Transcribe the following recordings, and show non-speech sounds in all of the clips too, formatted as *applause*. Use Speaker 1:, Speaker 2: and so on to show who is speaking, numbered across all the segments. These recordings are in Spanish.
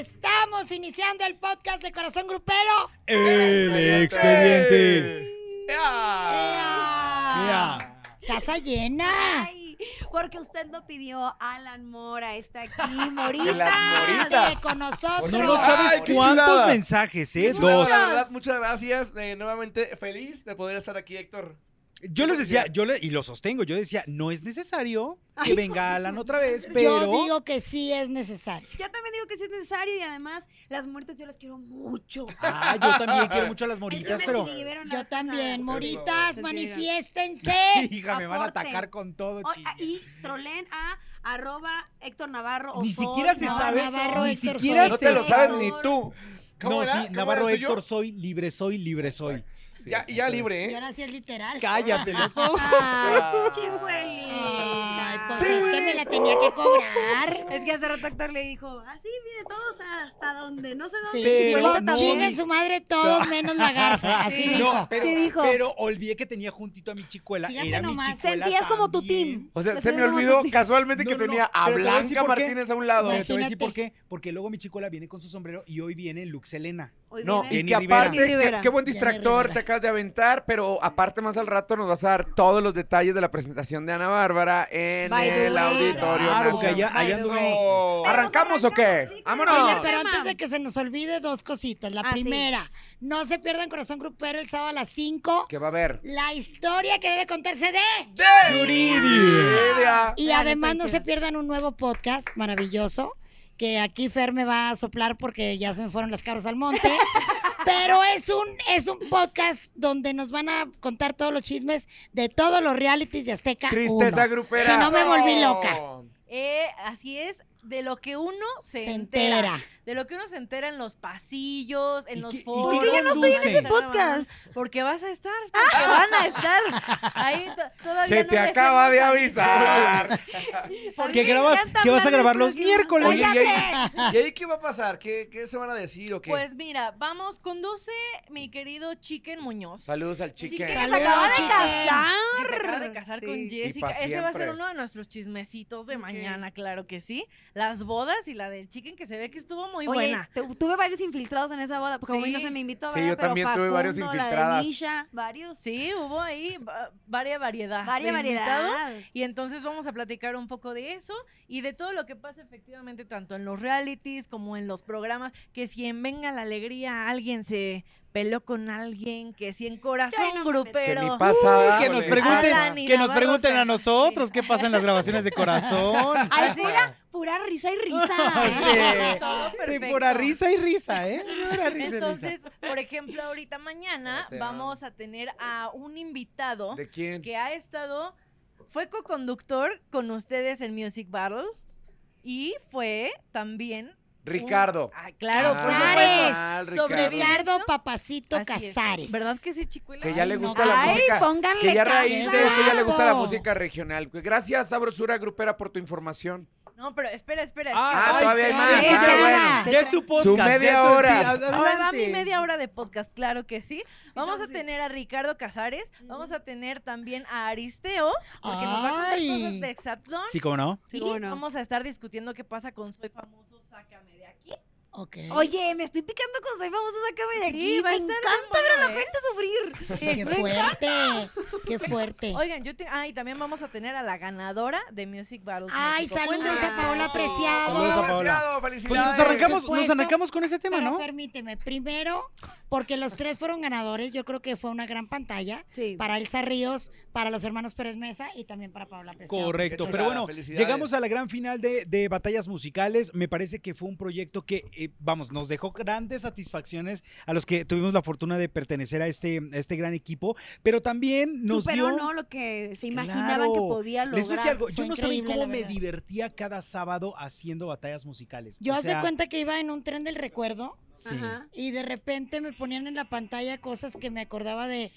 Speaker 1: Estamos iniciando el podcast de Corazón Grupero.
Speaker 2: El expediente.
Speaker 1: ¡Ea! Casa llena.
Speaker 3: Ay, porque usted lo pidió, Alan Mora está aquí, Morita. Pues
Speaker 4: las moritas.
Speaker 1: Eh, con
Speaker 2: No,
Speaker 1: nosotros.
Speaker 2: no sabes
Speaker 4: Ay, qué
Speaker 2: cuántos
Speaker 4: chulada.
Speaker 2: mensajes, ¿eh?
Speaker 4: Bueno,
Speaker 2: Dos.
Speaker 4: la verdad, muchas gracias. Eh, nuevamente feliz de poder estar aquí, Héctor.
Speaker 2: Yo les decía, yo le, y lo sostengo, yo decía, no es necesario que venga Alan otra vez, pero.
Speaker 1: Yo digo que sí es necesario.
Speaker 3: Yo también digo que sí es necesario y además las muertas yo las quiero mucho.
Speaker 2: Ah, yo también quiero mucho a las
Speaker 3: Es que
Speaker 2: moritas,
Speaker 3: me
Speaker 2: pero.
Speaker 3: escribieron la
Speaker 1: Yo
Speaker 3: vez pasada.
Speaker 1: también, moritas,
Speaker 4: Eso.
Speaker 1: manifiéstense.
Speaker 2: Hija, me van a
Speaker 3: Aporten.
Speaker 2: atacar con todo,
Speaker 3: O-
Speaker 2: chinga.
Speaker 3: ah, y trolen a arroba Héctor Navarro o
Speaker 2: Ni
Speaker 3: Sol,
Speaker 2: siquiera se
Speaker 3: no,
Speaker 2: sabe.
Speaker 3: Navarro,
Speaker 2: *laughs* ni
Speaker 1: Héctor
Speaker 2: siquiera
Speaker 1: Sol.
Speaker 4: No
Speaker 2: se
Speaker 4: te lo sabes
Speaker 2: sabe.
Speaker 4: ni tú.
Speaker 2: No, sí, Navarro
Speaker 4: era el tuyo?
Speaker 2: Héctor, soy libre, soy libre, soy.
Speaker 4: Ya, y
Speaker 2: pues.
Speaker 4: ya libre,
Speaker 1: Y
Speaker 4: ¿eh?
Speaker 1: ahora sí es literal.
Speaker 2: Cállate los ojos.
Speaker 1: Ay,
Speaker 3: Chihuelita.
Speaker 1: ay, pues es que me la tenía que cobrar.
Speaker 3: Es que hace rato Héctor le dijo, así mire todos hasta donde, no sé dónde.
Speaker 1: Sí,
Speaker 2: Pero
Speaker 1: dijo,
Speaker 3: Chihuelita
Speaker 2: no.
Speaker 1: chingue su madre todos menos la garza. Así
Speaker 3: Sí.
Speaker 1: dijo.
Speaker 2: No, pero,
Speaker 3: Sí dijo.
Speaker 2: pero olvidé que tenía juntito a mi chicuela.
Speaker 1: Fíjate
Speaker 2: Era mi
Speaker 1: nomás.
Speaker 2: chicuela
Speaker 3: Sentías como tu
Speaker 2: también.
Speaker 3: team.
Speaker 4: O sea,
Speaker 3: Lo
Speaker 4: se me
Speaker 3: tenemos
Speaker 4: olvidó
Speaker 3: aquí.
Speaker 4: casualmente que
Speaker 2: No, no,
Speaker 4: tenía a
Speaker 2: pero te voy a decir
Speaker 4: Blanca
Speaker 2: por qué.
Speaker 4: Martínez a un lado.
Speaker 2: Pero te voy a decir
Speaker 1: Imagínate.
Speaker 2: por qué. Porque luego mi chicuela viene con su sombrero y hoy viene Lux Elena.
Speaker 3: Hoy
Speaker 4: No,
Speaker 3: viene-
Speaker 4: y
Speaker 2: Jenny
Speaker 4: que
Speaker 2: Rivera.
Speaker 4: aparte,
Speaker 3: eh. Jenny
Speaker 4: qué,
Speaker 3: Rivera.
Speaker 4: qué buen
Speaker 1: Jenny
Speaker 4: distractor
Speaker 1: Rivera.
Speaker 4: te acabas de aventar, pero aparte más al rato nos vas a dar todos los detalles de la presentación de Ana Bárbara en
Speaker 3: By the
Speaker 4: el
Speaker 3: way.
Speaker 4: auditorio.
Speaker 2: Claro,
Speaker 4: Nacional.
Speaker 2: que allá- allá
Speaker 4: Eso.
Speaker 2: anduvimos.
Speaker 4: ¿Arrancamos o qué?
Speaker 3: Arrancamos, sí, claro.
Speaker 4: ¡Vámonos!
Speaker 1: Oye, pero
Speaker 3: Tema.
Speaker 1: antes de que se nos olvide, dos cositas. La
Speaker 3: Ah, sí.
Speaker 1: primera, no se pierdan Corazón Grupero el sábado a las 5.
Speaker 4: ¿Qué va a haber?
Speaker 1: La historia que debe contarse de.
Speaker 4: Yuridia.
Speaker 1: Y
Speaker 3: Vean,
Speaker 1: además
Speaker 3: está
Speaker 1: no se
Speaker 3: chido.
Speaker 1: pierdan un nuevo podcast maravilloso que aquí Fer me va a soplar porque ya se me fueron las cabras al monte. Pero es un, es un podcast donde nos van a contar todos los chismes de todos los realities de Azteca.
Speaker 4: Tristeza
Speaker 1: uno.
Speaker 4: grupera.
Speaker 1: Si no me volví loca.
Speaker 5: Eh, así es, de lo que uno se,
Speaker 1: Se
Speaker 5: entera.
Speaker 1: entera.
Speaker 5: De lo que uno se entera en los pasillos,
Speaker 2: ¿Y
Speaker 5: en los
Speaker 2: qué- y qué
Speaker 5: foros.
Speaker 2: ¿Por qué yo no estoy en ese
Speaker 5: Instagram,
Speaker 3: podcast?
Speaker 5: Porque vas a estar, porque van
Speaker 2: *laughs*
Speaker 5: a estar. Ahí to- todavía
Speaker 4: Se
Speaker 5: no
Speaker 4: te
Speaker 5: les
Speaker 4: acaba
Speaker 5: hemos
Speaker 4: de
Speaker 5: avisado.
Speaker 4: avisar.
Speaker 5: A mí
Speaker 2: Que
Speaker 5: me
Speaker 2: grabas,
Speaker 5: encanta
Speaker 2: que vas a
Speaker 5: hablar de
Speaker 2: grabar
Speaker 5: cosas
Speaker 2: los
Speaker 5: que uno-
Speaker 2: miércoles.
Speaker 4: Oye, ¿y *laughs* ahí, Ah. y ahí qué va a pasar? ¿Qué, qué se van a decir o qué?
Speaker 5: Pues mira, vamos, conduce mi querido Chicken Muñoz.
Speaker 4: Saludos al
Speaker 5: Sí,
Speaker 4: chicken.
Speaker 5: que
Speaker 1: Saludos,
Speaker 5: se acaba de
Speaker 1: chicken.
Speaker 5: casar. Que se acaba de casar
Speaker 3: Sí.
Speaker 5: con
Speaker 3: Y
Speaker 5: Jessica.
Speaker 4: pa'
Speaker 5: Ese va a ser
Speaker 4: siempre.
Speaker 5: uno de nuestros chismecitos de
Speaker 3: Ok.
Speaker 5: mañana, claro que sí. Las bodas y la del chicken que se ve que estuvo muy
Speaker 3: Oye,
Speaker 5: buena.
Speaker 3: te- tuve varios infiltrados en esa boda, porque a mí no
Speaker 5: Sí.
Speaker 3: se me invitó,
Speaker 4: Sí,
Speaker 3: ¿verdad?
Speaker 4: yo
Speaker 3: Pero
Speaker 4: también tuve varios
Speaker 3: Facundo, La
Speaker 4: infiltradas.
Speaker 3: de Nisha, varios.
Speaker 5: Sí, hubo ahí va- varia
Speaker 4: Ah,
Speaker 5: variedad.
Speaker 3: Varia
Speaker 5: de invitados.
Speaker 3: variedad.
Speaker 5: Y entonces vamos a platicar un poco de eso y de todo lo que pasa efectivamente tanto en los realities como en los programas, que si en Venga la Alegría alguien se peló con alguien, que si en Corazón
Speaker 3: Ay, no mames.
Speaker 4: que
Speaker 5: Grupero. *laughs*
Speaker 4: ni pasa.
Speaker 2: que nos
Speaker 4: ole.
Speaker 2: pregunten,
Speaker 5: Alan y
Speaker 2: que nos
Speaker 5: Navarro
Speaker 2: pregunten a
Speaker 5: Sánchez.
Speaker 2: nosotros qué pasa en las grabaciones de corazón.
Speaker 3: Ay, pura, pura risa
Speaker 4: *laughs*
Speaker 3: y risa.
Speaker 2: *laughs* Sí.
Speaker 5: Todo
Speaker 2: Sí,
Speaker 5: *laughs* perfecto.
Speaker 2: pura risa y risa, ¿eh? Pura risa ah. y risa.
Speaker 5: Entonces, por ejemplo, ahorita mañana
Speaker 4: Espérate,
Speaker 5: vamos a tener a un invitado
Speaker 4: ¿De quién?
Speaker 5: que ha estado, fue co-conductor con ustedes en Music Battle y fue también... un-
Speaker 4: Ricardo.
Speaker 5: Ah, claro, por
Speaker 1: Casares.
Speaker 5: supuesto.
Speaker 4: mal,
Speaker 5: sobre
Speaker 4: Ricardo.
Speaker 1: Ricardo
Speaker 5: ¿No?
Speaker 1: Papacito
Speaker 5: Así es.
Speaker 1: Casares.
Speaker 5: ¿Verdad que sí, chicuela?
Speaker 4: Que ya
Speaker 1: Ay,
Speaker 4: le
Speaker 1: no,
Speaker 4: gusta la
Speaker 3: Ay,
Speaker 4: música.
Speaker 3: pónganle
Speaker 4: Que ya a raíz de esto ya le gusta la
Speaker 1: Casares.
Speaker 4: música regional. Gracias, Sabrosura Grupera, por tu información.
Speaker 5: No, pero espera, espera. es
Speaker 2: Ah,
Speaker 5: que hoy-
Speaker 4: todavía hay
Speaker 5: hoy-
Speaker 4: más.
Speaker 5: hoy-
Speaker 4: Ah,
Speaker 5: hoy-
Speaker 4: bueno.
Speaker 2: Ya es su podcast.
Speaker 4: Su media
Speaker 2: ya es su-
Speaker 4: hora.
Speaker 2: sí, ad-
Speaker 5: Ahora va mi
Speaker 2: adelante.
Speaker 5: media hora de podcast, claro que sí. Vamos a
Speaker 3: Entonces-
Speaker 5: tener a Ricardo Casares, vamos a tener también a Aristeo, porque nos va a contar
Speaker 1: Ay.
Speaker 5: cosas de Exatlón.
Speaker 2: Sí, cómo no.
Speaker 3: Sí,
Speaker 5: y
Speaker 3: cómo no.
Speaker 5: vamos a estar discutiendo qué pasa con Soy Famoso, Sácame de aquí.
Speaker 1: Ok.
Speaker 3: Oye, me estoy picando con soy famosa, sácame de aquí.
Speaker 5: Sí, va a
Speaker 3: me
Speaker 5: estar bien
Speaker 3: encanta ver
Speaker 5: bueno,
Speaker 3: a la
Speaker 5: ¿eh?
Speaker 3: gente sufrir.
Speaker 1: qué fuerte. Qué fuerte.
Speaker 5: Oigan, yo te... Ah, y también vamos a tener a la ganadora de Music Battles
Speaker 1: Ay,
Speaker 5: México.
Speaker 1: saludos
Speaker 5: Cuéntanos.
Speaker 1: a Paola
Speaker 2: Saludos a
Speaker 1: Preciado.
Speaker 2: Paola.
Speaker 4: Apreciado,
Speaker 2: Pues
Speaker 4: Felicidades.
Speaker 2: nos arrancamos,
Speaker 1: Por
Speaker 2: nos
Speaker 1: supuesto.
Speaker 2: arrancamos con ese tema,
Speaker 1: Pero
Speaker 2: ¿no?
Speaker 1: permíteme, primero, porque los tres fueron ganadores, yo creo que fue una gran pantalla.
Speaker 3: Sí.
Speaker 1: para Elsa Ríos, para los hermanos Pérez Mesa y también para Paula Preciado.
Speaker 2: Correcto,
Speaker 4: Qué
Speaker 2: pero
Speaker 4: chulada,
Speaker 2: bueno,
Speaker 4: felicidades.
Speaker 2: llegamos a la gran final de, de Batallas Musicales. Me parece que fue un proyecto que, eh, vamos, nos dejó grandes satisfacciones a los que tuvimos la fortuna de pertenecer a este, a este gran equipo, pero también nos
Speaker 3: Superó,
Speaker 2: dio...
Speaker 3: ¿no? Lo que se imaginaban que
Speaker 2: Claro.
Speaker 3: podía lograr.
Speaker 2: Les voy a decir algo, yo
Speaker 1: Fue
Speaker 2: no sabía
Speaker 1: increíble,
Speaker 2: cómo
Speaker 1: la
Speaker 2: me
Speaker 1: verdad.
Speaker 2: divertía cada sábado haciendo batallas musicales.
Speaker 1: Yo
Speaker 2: O
Speaker 1: hace
Speaker 2: sea,
Speaker 1: cuenta que iba en un tren del recuerdo
Speaker 2: sí.
Speaker 3: Ajá.
Speaker 1: y de repente me ponían en la pantalla cosas que me acordaba de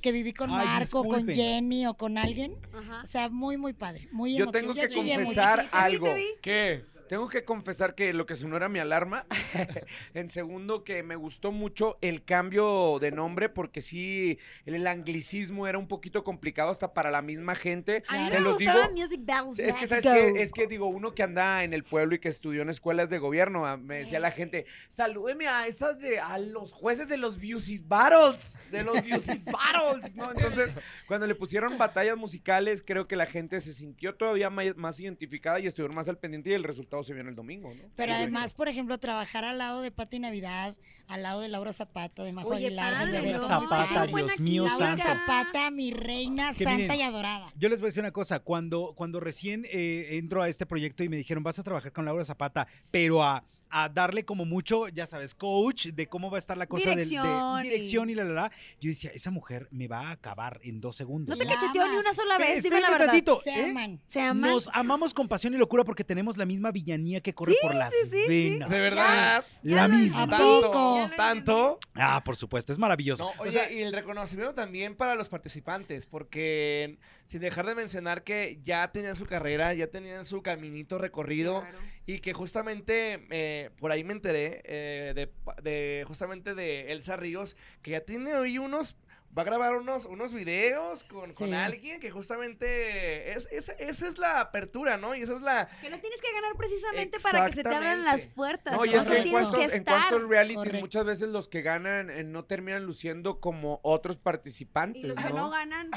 Speaker 1: que viví con
Speaker 2: Ay,
Speaker 1: Marco, con
Speaker 2: disculpen.
Speaker 1: Jenny o con alguien.
Speaker 3: Ajá.
Speaker 1: O sea, muy, muy padre, muy
Speaker 4: Yo
Speaker 1: emotivo.
Speaker 4: tengo que
Speaker 1: chillé mucho.
Speaker 4: confesar
Speaker 3: mucho.
Speaker 4: algo.
Speaker 3: Sí, te vi,
Speaker 4: ¿Qué? Tengo que confesar que lo que sonó era mi alarma. *laughs* en segundo, que me gustó mucho el cambio de nombre, porque sí, el, el anglicismo era un poquito complicado hasta para la misma gente.
Speaker 3: A mí
Speaker 4: Se
Speaker 3: me
Speaker 4: los digo.
Speaker 3: gustaba Music Battles
Speaker 4: Es que, ¿sabes
Speaker 3: Mexico.
Speaker 4: qué? Es que, digo, uno que anda en el pueblo y que estudió en escuelas de gobierno, ah, me decía la gente, salúdeme a estas de, a los jueces de los Music Battles, de los Music Battles, *laughs* ¿no? Entonces, cuando le pusieron batallas musicales, creo que la gente se sintió todavía may- más identificada y estuvieron más al pendiente y el resultado se vio en el domingo, ¿no?
Speaker 1: Pero
Speaker 4: Sí, sí,
Speaker 1: además, por ejemplo, trabajar al lado de Pati Navidad, al lado de Laura Zapata, de Majo
Speaker 3: Oye,
Speaker 1: Aguilar,
Speaker 3: padre,
Speaker 1: de
Speaker 3: ¿no?
Speaker 1: Bebeto
Speaker 2: Zapata,
Speaker 1: Aguilar.
Speaker 3: Qué buena
Speaker 2: Dios mío,
Speaker 3: química.
Speaker 1: Laura
Speaker 2: Santa.
Speaker 1: Zapata, mi reina
Speaker 2: Que
Speaker 1: santa
Speaker 2: miren,
Speaker 1: y adorada.
Speaker 2: Yo les voy a decir una cosa, cuando, cuando recién eh, entro a este proyecto y me dijeron, vas a trabajar con Laura Zapata, pero a, a darle como mucho, ya sabes, coach de cómo va a estar la cosa del-
Speaker 3: Dirección
Speaker 2: de
Speaker 3: y-
Speaker 2: dirección y la, la, la, yo decía, esa mujer me va a acabar en dos segundos.
Speaker 3: No te
Speaker 1: La
Speaker 3: cacheteó ni
Speaker 1: amas.
Speaker 3: una sola
Speaker 2: Espérame
Speaker 3: vez, dime la
Speaker 2: un
Speaker 3: verdad.
Speaker 2: tantito,
Speaker 1: Se
Speaker 2: ¿eh?
Speaker 1: aman.
Speaker 3: Se ama.
Speaker 2: Nos amamos con pasión y locura porque tenemos la misma villanía que corre por las
Speaker 3: sí, sí.
Speaker 2: venas.
Speaker 4: De verdad.
Speaker 2: La misma.
Speaker 1: ¿A poco?
Speaker 6: Tanto.
Speaker 2: Ah, por supuesto, es maravilloso.
Speaker 6: No, oye, y el reconocimiento también para los participantes, porque sin dejar de mencionar que ya tenían su carrera, ya tenían su caminito recorrido y que justamente eh, por ahí me enteré eh, de, pa- de- justamente de Elsa Ríos, que ya tiene hoy unos, va a grabar unos, unos videos con,
Speaker 1: Sí.
Speaker 6: con alguien que justamente es, es- esa es la apertura, ¿no? Y esa es la...
Speaker 3: Que no tienes que ganar precisamente para que se te abran las
Speaker 6: Exactamente.
Speaker 3: puertas.
Speaker 4: No, y es
Speaker 1: Correcto.
Speaker 4: que
Speaker 3: Solo
Speaker 4: en
Speaker 3: tienes
Speaker 4: cuantos,
Speaker 3: que
Speaker 4: en cuantos
Speaker 3: estar.
Speaker 4: realities
Speaker 1: Correcto.
Speaker 4: muchas veces los que ganan eh, no terminan luciendo como otros participantes,
Speaker 3: Y los que
Speaker 4: ¿no?
Speaker 3: no ganan,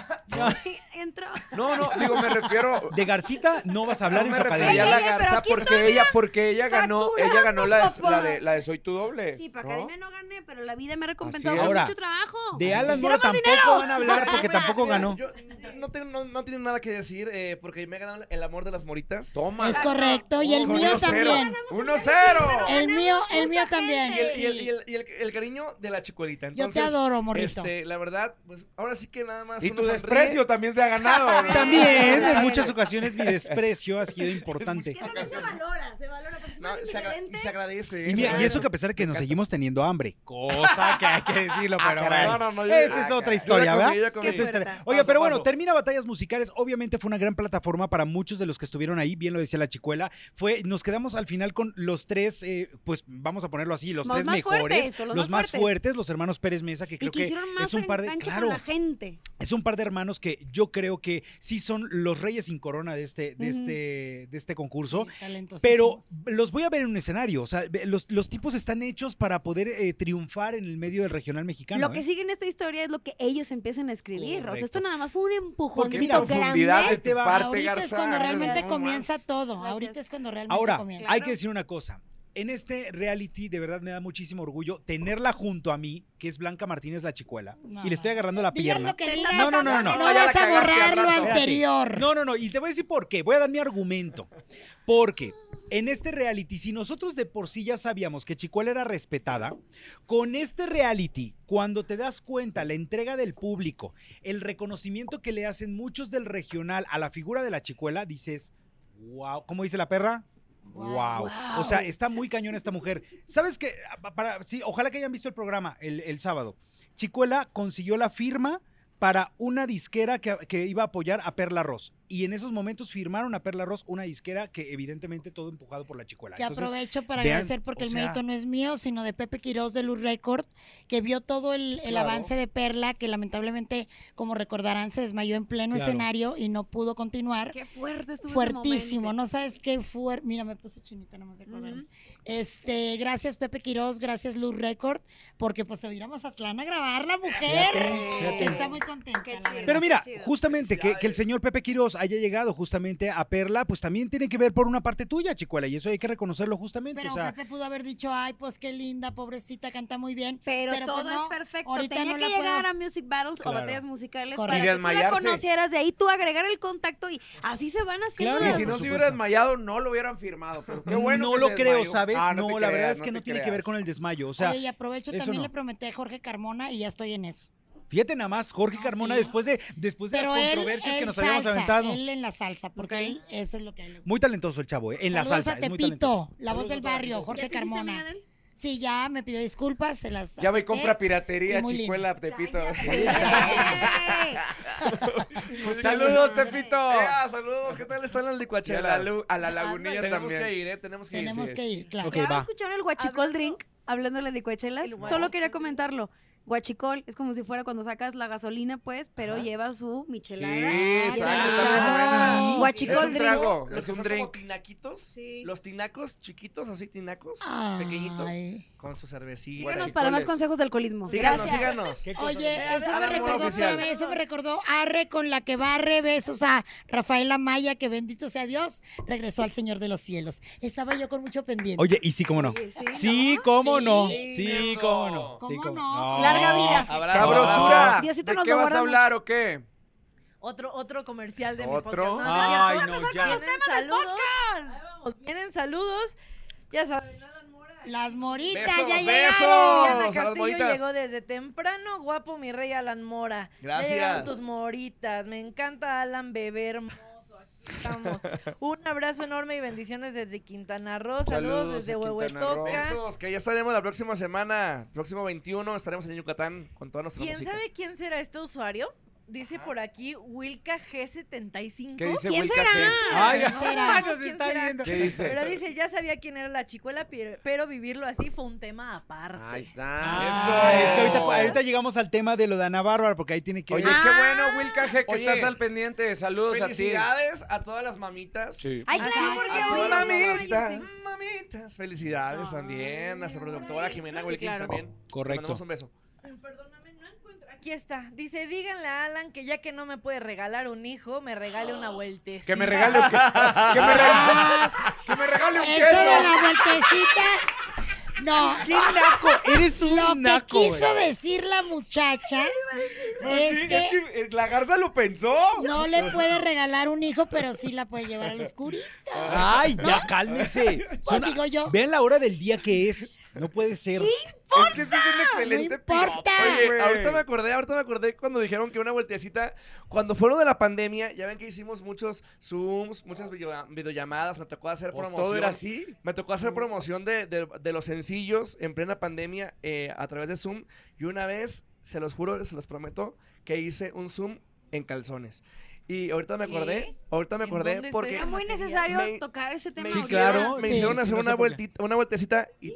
Speaker 3: entro.
Speaker 4: No, no, digo, me refiero...
Speaker 2: *laughs* De Garcita no vas a hablar
Speaker 4: no
Speaker 2: en
Speaker 4: me
Speaker 2: Zapatería.
Speaker 4: refería a la
Speaker 3: Oye, pero
Speaker 4: garza
Speaker 3: aquí estoy,
Speaker 4: porque ella, porque ella ganó, ella ganó la de,
Speaker 3: papá.
Speaker 4: la de, la de Soy tu doble.
Speaker 3: Sí, para
Speaker 4: ¿no?
Speaker 3: Academia no gané, pero la vida me
Speaker 4: Así
Speaker 3: recompensó con
Speaker 4: es.
Speaker 2: Ahora,
Speaker 3: mucho trabajo.
Speaker 2: De Alan Mora
Speaker 3: Quisiera más
Speaker 2: tampoco
Speaker 3: dinero.
Speaker 2: van a hablar
Speaker 3: *laughs*
Speaker 2: porque
Speaker 6: Mira,
Speaker 2: tampoco
Speaker 6: mira,
Speaker 2: ganó.
Speaker 6: yo- yo no, tengo, no, no tienen nada que decir eh, porque me he ganado el amor de las moritas.
Speaker 4: Toma.
Speaker 1: Es correcto. Y el
Speaker 4: Uno
Speaker 1: mío
Speaker 4: cero,
Speaker 1: también.
Speaker 4: uno cero.
Speaker 1: El mío, el mío
Speaker 3: mucha
Speaker 1: también.
Speaker 6: Y el, y el-
Speaker 1: sí.
Speaker 6: y el- y el- el cariño de la chicuelita.
Speaker 1: Yo te
Speaker 6: Entonces,
Speaker 1: adoro, morrito.
Speaker 6: Este, la verdad, pues ahora sí que nada más.
Speaker 4: Y
Speaker 6: uno
Speaker 4: tu
Speaker 6: sonríe.
Speaker 4: desprecio también se ha
Speaker 2: *laughs*
Speaker 4: ganado. ¿no?
Speaker 2: También, en muchas ocasiones mi desprecio ha sido importante.
Speaker 3: Que también se valora, se valora. Porque si no
Speaker 6: No,
Speaker 3: eres
Speaker 6: se, agra- y se
Speaker 3: diferente,
Speaker 6: agradece.
Speaker 2: Y,
Speaker 6: ¿eh?
Speaker 2: mira, y eso que a pesar de que nos seguimos teniendo hambre, Ah, cosa que hay que *laughs* decirlo,
Speaker 4: ah,
Speaker 2: pero
Speaker 6: caray.
Speaker 2: bueno,
Speaker 6: No, no, no, yo-
Speaker 2: esa
Speaker 6: ah,
Speaker 2: es otra
Speaker 6: caray.
Speaker 2: historia,
Speaker 6: Yo la comí,
Speaker 2: ¿verdad?
Speaker 6: yo la comí.
Speaker 2: Esa es
Speaker 4: este?
Speaker 2: otra-
Speaker 3: Paso,
Speaker 2: Oye, pero bueno,
Speaker 6: paso.
Speaker 2: termina Batallas Musicales, obviamente fue una gran plataforma para muchos de los que estuvieron ahí, bien lo decía la chicuela, fue, nos quedamos al final con los tres, eh, pues vamos a ponerlo así, los,
Speaker 3: Los
Speaker 2: tres
Speaker 3: más
Speaker 2: mejores,
Speaker 3: fuertes, o los
Speaker 2: los
Speaker 3: más
Speaker 2: más
Speaker 3: fuertes.
Speaker 2: fuertes, los hermanos Pérez Mesa, que
Speaker 3: y
Speaker 2: creo
Speaker 3: que
Speaker 2: que
Speaker 3: hicieron más
Speaker 2: es un par de,
Speaker 3: enganche
Speaker 2: claro,
Speaker 3: con la gente.
Speaker 2: es un par de hermanos que yo creo que sí son los reyes sin corona de este, de
Speaker 3: Ujú.
Speaker 2: este, de este concurso.
Speaker 1: Sí, talentosísimos.
Speaker 2: Pero los voy a ver en un escenario. O sea, ve- los, los tipos están hechos para poder eh, triunfar en el medio del regional mexicano.
Speaker 3: Lo que
Speaker 2: ¿eh?
Speaker 3: sigue en esta historia es lo que ellos empiezan a escribir. O sea,
Speaker 2: Correcto.
Speaker 3: esto nada más fue un
Speaker 4: Porque
Speaker 2: mira,
Speaker 3: empujoncito
Speaker 4: profundidad de
Speaker 3: grande.
Speaker 4: tu parte,
Speaker 1: ahorita es
Speaker 4: Garza.
Speaker 1: cuando realmente
Speaker 3: no
Speaker 1: comienza todo.
Speaker 3: Gracias.
Speaker 1: Ahorita es cuando realmente
Speaker 2: Ahora,
Speaker 1: comienza.
Speaker 2: hay que decir una cosa. En este reality, de verdad me da muchísimo orgullo tenerla junto a mí, que es Blanca Martínez la chicuela.
Speaker 1: No,
Speaker 2: y le estoy agarrando la
Speaker 1: Digas
Speaker 2: pierna.
Speaker 1: lo que
Speaker 3: Te
Speaker 1: digas,
Speaker 2: No, no, no, no, no.
Speaker 1: no
Speaker 4: No, ya
Speaker 1: vas
Speaker 4: la
Speaker 1: a
Speaker 4: cagaste
Speaker 1: borrar
Speaker 4: al
Speaker 1: lo
Speaker 4: rato.
Speaker 1: anterior.
Speaker 2: No, no, no. Y te voy a decir por qué. Voy a dar mi argumento. Porque en este reality, si nosotros de por sí ya sabíamos que Chicuela era respetada, con este reality, cuando te das cuenta la entrega del público, el reconocimiento que le hacen muchos del regional a la figura de la Chicuela, dices, wow, ¿cómo dice la perra? Wow.
Speaker 1: Guau.
Speaker 2: O sea, está muy cañona esta mujer. ¿Sabes qué? Ah, Pa- Para, sí, ojalá que hayan visto el programa el, el sábado. Chicuela consiguió la firma para una disquera que, que iba a apoyar a Perla Ross. Y en esos momentos firmaron a Perla Ross una disquera que evidentemente todo empujado por la Chicuela.
Speaker 1: Que
Speaker 2: Entonces,
Speaker 1: aprovecho para
Speaker 2: vean,
Speaker 1: agradecer porque
Speaker 2: o
Speaker 1: el
Speaker 2: sea-
Speaker 1: mérito no es mío, sino de Pepe Quirós de Luz Record, que vio todo el, el
Speaker 4: Claro.
Speaker 1: avance de Perla, que lamentablemente, como recordarán, se desmayó en pleno
Speaker 2: Claro.
Speaker 1: escenario y no pudo continuar.
Speaker 3: Qué fuerte estuvo ese
Speaker 1: Fuertísimo,
Speaker 3: momento.
Speaker 1: no sabes qué fuerte. Mira, me puse chinita, no me sé
Speaker 3: Ujú.
Speaker 1: Este, gracias Pepe Quirós, gracias Luz Record, porque pues se va a ir a Mazatlán a grabar la mujer.
Speaker 2: fíjate,
Speaker 1: que
Speaker 2: fíjate.
Speaker 1: está muy contenta.
Speaker 3: Qué
Speaker 1: la
Speaker 3: chido.
Speaker 1: verdad.
Speaker 2: Pero mira,
Speaker 3: Chido.
Speaker 2: justamente que, que el
Speaker 6: Felicidades.
Speaker 2: señor Pepe Quirós haya llegado justamente a Perla, pues también tiene que ver por una parte tuya, Chicuela, y eso hay que reconocerlo justamente.
Speaker 1: Pero
Speaker 2: o sea,
Speaker 1: Pepe pudo haber dicho, ay, pues qué linda, pobrecita, canta muy bien.
Speaker 3: Pero,
Speaker 1: Pero,
Speaker 3: todo
Speaker 1: pues, no,
Speaker 3: es perfecto.
Speaker 1: ahorita
Speaker 3: Tenía
Speaker 1: no
Speaker 3: que
Speaker 1: la puedo.
Speaker 3: llegar a Music Battles
Speaker 2: Claro.
Speaker 3: o batallas musicales
Speaker 1: Correcto.
Speaker 3: para
Speaker 1: Y
Speaker 3: que tú la
Speaker 4: desmayarse.
Speaker 3: conocieras. De ahí tú agregar el contacto y así se van haciendo
Speaker 2: Claro.
Speaker 4: Y
Speaker 3: las-
Speaker 4: si
Speaker 2: Por
Speaker 4: no se
Speaker 2: supuesto.
Speaker 4: hubiera desmayado, no lo hubieran firmado. Pero qué bueno
Speaker 2: no
Speaker 4: que
Speaker 2: lo
Speaker 4: se
Speaker 2: creo,
Speaker 4: desmayó.
Speaker 2: ¿sabes?
Speaker 4: Ah,
Speaker 2: no,
Speaker 4: te
Speaker 2: la
Speaker 4: creas,
Speaker 2: verdad es que
Speaker 4: te
Speaker 2: no tiene que
Speaker 4: creas.
Speaker 2: ver con el desmayo. O sea,
Speaker 1: Oye, y aprovecho,
Speaker 2: eso
Speaker 1: también
Speaker 2: no.
Speaker 1: le prometí a Jorge Carmona y ya estoy en eso.
Speaker 2: Fíjate nada más, Jorge
Speaker 1: No,
Speaker 2: Carmona,
Speaker 1: sí.
Speaker 2: después de, después de
Speaker 1: Pero
Speaker 2: las
Speaker 1: él,
Speaker 2: controversias
Speaker 1: él
Speaker 2: que nos habíamos
Speaker 1: salsa,
Speaker 2: aventado.
Speaker 1: él en la salsa, porque él, eso es lo que a él le gusta.
Speaker 2: Muy talentoso el chavo, ¿eh? en la
Speaker 1: Saludos
Speaker 2: salsa.
Speaker 1: a
Speaker 2: es muy talentoso.
Speaker 1: Tepito, la voz
Speaker 2: Saludos
Speaker 1: del
Speaker 2: a toda la
Speaker 1: barrio,
Speaker 2: gente.
Speaker 3: ¿Ya
Speaker 1: Jorge
Speaker 3: te hiciste amiga
Speaker 1: Carmona.
Speaker 3: de él?
Speaker 1: Sí, ya me pidió disculpas, se las.
Speaker 4: Ya
Speaker 1: acepté.
Speaker 4: voy
Speaker 2: Eh,
Speaker 4: compra piratería,
Speaker 1: y muy lindo.
Speaker 4: chicuela, Tepito. *laughs*
Speaker 2: *laughs*
Speaker 3: Cállate.
Speaker 4: Saludos,
Speaker 3: Ay.
Speaker 4: Tepito.
Speaker 6: ¡Ea, Eh, ah, saludos! ¿Qué tal están las
Speaker 4: Y a la,
Speaker 6: licuachelas?
Speaker 4: lu- a la lagunilla
Speaker 6: Tenemos
Speaker 4: también.
Speaker 6: que ir, ¿eh? Tenemos que ir.
Speaker 1: Tenemos
Speaker 4: sí,
Speaker 1: que ir, claro.
Speaker 2: Ok, va.
Speaker 3: escucharon el guachicol
Speaker 5: Hablando-
Speaker 3: drink? Hablándole de cuachelas.
Speaker 5: El guachicol
Speaker 3: Solo quería comentarlo. Guachicol es como si fuera cuando sacas la gasolina, pues, pero lleva su michelada.
Speaker 4: Sí,
Speaker 3: Ah,
Speaker 4: exacto,
Speaker 3: la
Speaker 4: está
Speaker 3: michelada.
Speaker 1: buena.
Speaker 4: Es
Speaker 3: Guachicol
Speaker 4: un
Speaker 3: drink.
Speaker 4: trago,
Speaker 6: Los
Speaker 4: es
Speaker 6: que
Speaker 4: un
Speaker 6: son como
Speaker 4: drink.
Speaker 6: tinaquitos.
Speaker 3: Sí.
Speaker 6: Los tinacos chiquitos, así tinacos,
Speaker 1: Ay.
Speaker 6: pequeñitos, con su cervecita.
Speaker 3: Síganos para más consejos de alcoholismo.
Speaker 6: Síganos,
Speaker 3: Gracias.
Speaker 6: síganos.
Speaker 1: Oye, eso me
Speaker 6: Ahora no
Speaker 1: recordó,
Speaker 6: oficial.
Speaker 1: espérame, eso me recordó Arre con la que barre, besos a Rafaela Maya, que bendito sea Dios, regresó al Señor de los Cielos. Estaba yo con mucho pendiente.
Speaker 2: Oye, y sí, cómo no.
Speaker 3: Oye, sí,
Speaker 2: Sí,
Speaker 3: ¿no?
Speaker 2: cómo
Speaker 1: Sí,
Speaker 2: no.
Speaker 1: sí,
Speaker 2: Sí,
Speaker 6: eso.
Speaker 2: cómo no.
Speaker 1: ¿Cómo
Speaker 2: Sí,
Speaker 1: no?
Speaker 3: Larga vida.
Speaker 6: Abrazo.
Speaker 4: Sabrosura.
Speaker 3: Diosito
Speaker 4: ¿De
Speaker 3: nos
Speaker 4: qué
Speaker 3: lo
Speaker 4: vas a
Speaker 3: guarda
Speaker 4: hablar o qué?
Speaker 5: Otro, otro comercial de
Speaker 4: ¿Otro?
Speaker 5: mi podcast.
Speaker 2: Ay,
Speaker 5: es
Speaker 2: no,
Speaker 5: cierto.
Speaker 2: ya.
Speaker 5: Vienen saludos. Ahí vamos, Vienen saludos. Ya saben, Alan Mora.
Speaker 1: Las moritas
Speaker 6: Besos,
Speaker 1: ya
Speaker 6: besos.
Speaker 1: llegaron.
Speaker 5: Diana
Speaker 6: a las
Speaker 5: Castillo
Speaker 6: moritas.
Speaker 5: llegó desde temprano, guapo mi rey Alan Mora. Ya
Speaker 6: Gracias.
Speaker 5: llegaron tus moritas, me encanta Alan bebé hermoso, aquí estamos. Un abrazo enorme y bendiciones desde Quintana Roo, saludos,
Speaker 4: Saludos
Speaker 5: desde
Speaker 4: a Quintana Roo.
Speaker 5: Huehuetoca.
Speaker 6: Besos, que ya estaremos la próxima semana. Próximo 21 estaremos en Yucatán con toda nuestra
Speaker 5: ¿Quién
Speaker 6: música.
Speaker 5: sabe quién será este usuario? Dice por aquí Wilka G75.
Speaker 4: ¿Qué dice
Speaker 3: ¿Quién
Speaker 4: Wilka
Speaker 3: será?
Speaker 4: G?
Speaker 2: *laughs*
Speaker 4: Ay,
Speaker 1: ¿Quién
Speaker 4: ay,
Speaker 1: será?
Speaker 5: nos está viendo.
Speaker 4: ¿Qué dice?
Speaker 5: Pero dice, ya sabía quién era la chicuela, pero, pero vivirlo así fue un tema aparte.
Speaker 4: Ahí está.
Speaker 2: Ah,
Speaker 6: Eso.
Speaker 2: es que ahorita, ahorita llegamos al tema de lo de Ana Bárbara, porque ahí tiene que
Speaker 4: Oye,
Speaker 2: ver.
Speaker 4: qué bueno, Wilka G, que
Speaker 6: Oye.
Speaker 4: estás al pendiente. Saludos a ti.
Speaker 6: Felicidades a todas las mamitas.
Speaker 4: Sí.
Speaker 3: Ay, claro, porque
Speaker 6: A
Speaker 3: hoy
Speaker 6: todas las
Speaker 3: mamá, yo sí.
Speaker 6: mamitas. Mamitas, felicidades
Speaker 5: Ay,
Speaker 6: también. A nuestra productora
Speaker 5: ay,
Speaker 6: Jimena
Speaker 5: sí,
Speaker 6: Wilkins
Speaker 5: claro.
Speaker 6: también. Le
Speaker 2: Correcto.
Speaker 6: mandamos un beso.
Speaker 5: Perdóname, no encuentro. Aquí está. Dice, díganle a Alan que ya que no me puede regalar un hijo, me regale *gasps* una vueltecita.
Speaker 4: Que me regale un que, que me regale, que me regale un
Speaker 1: Esa Ah, era
Speaker 4: queso.
Speaker 1: la vueltecita. No,
Speaker 2: ¡Qué naco! Eres un
Speaker 1: lo que
Speaker 2: naco.
Speaker 1: quiso decir la muchacha es que
Speaker 4: eh, la garza lo pensó.
Speaker 1: no le puede regalar un hijo, pero sí la puede llevar al oscurito.
Speaker 2: Ay, ya cálmese.
Speaker 1: Pues
Speaker 2: Son-
Speaker 1: digo yo.
Speaker 2: Vean la hora del día que es. No puede ser.
Speaker 4: Es que ese es un excelente
Speaker 1: importa.
Speaker 4: piropo,
Speaker 6: Oye,
Speaker 4: güey.
Speaker 6: ahorita me acordé, ahorita me acordé cuando dijeron que una vueltecita, cuando fue lo de la pandemia, ya ven que hicimos muchos Zooms,
Speaker 5: Ah.
Speaker 6: muchas video- videollamadas, me tocó hacer
Speaker 4: Pues
Speaker 6: promoción.
Speaker 4: todo era así.
Speaker 6: Me tocó hacer promoción de, de- de los sencillos en plena pandemia eh, a través de Zoom. Y una vez, se los juro, se los prometo, que hice un Zoom en calzones. Y ahorita me acordé,
Speaker 5: ¿Qué?
Speaker 6: ahorita me
Speaker 5: ¿En dónde
Speaker 6: acordé porque
Speaker 3: Era muy
Speaker 5: Material.
Speaker 3: necesario
Speaker 6: Me-
Speaker 3: tocar ese tema.
Speaker 6: me-
Speaker 2: Sí,
Speaker 3: ahorita.
Speaker 2: claro.
Speaker 6: me
Speaker 1: Sí.
Speaker 6: hicieron hacer
Speaker 2: no sé
Speaker 6: una,
Speaker 2: por qué.
Speaker 6: vueltita, una vueltecita y,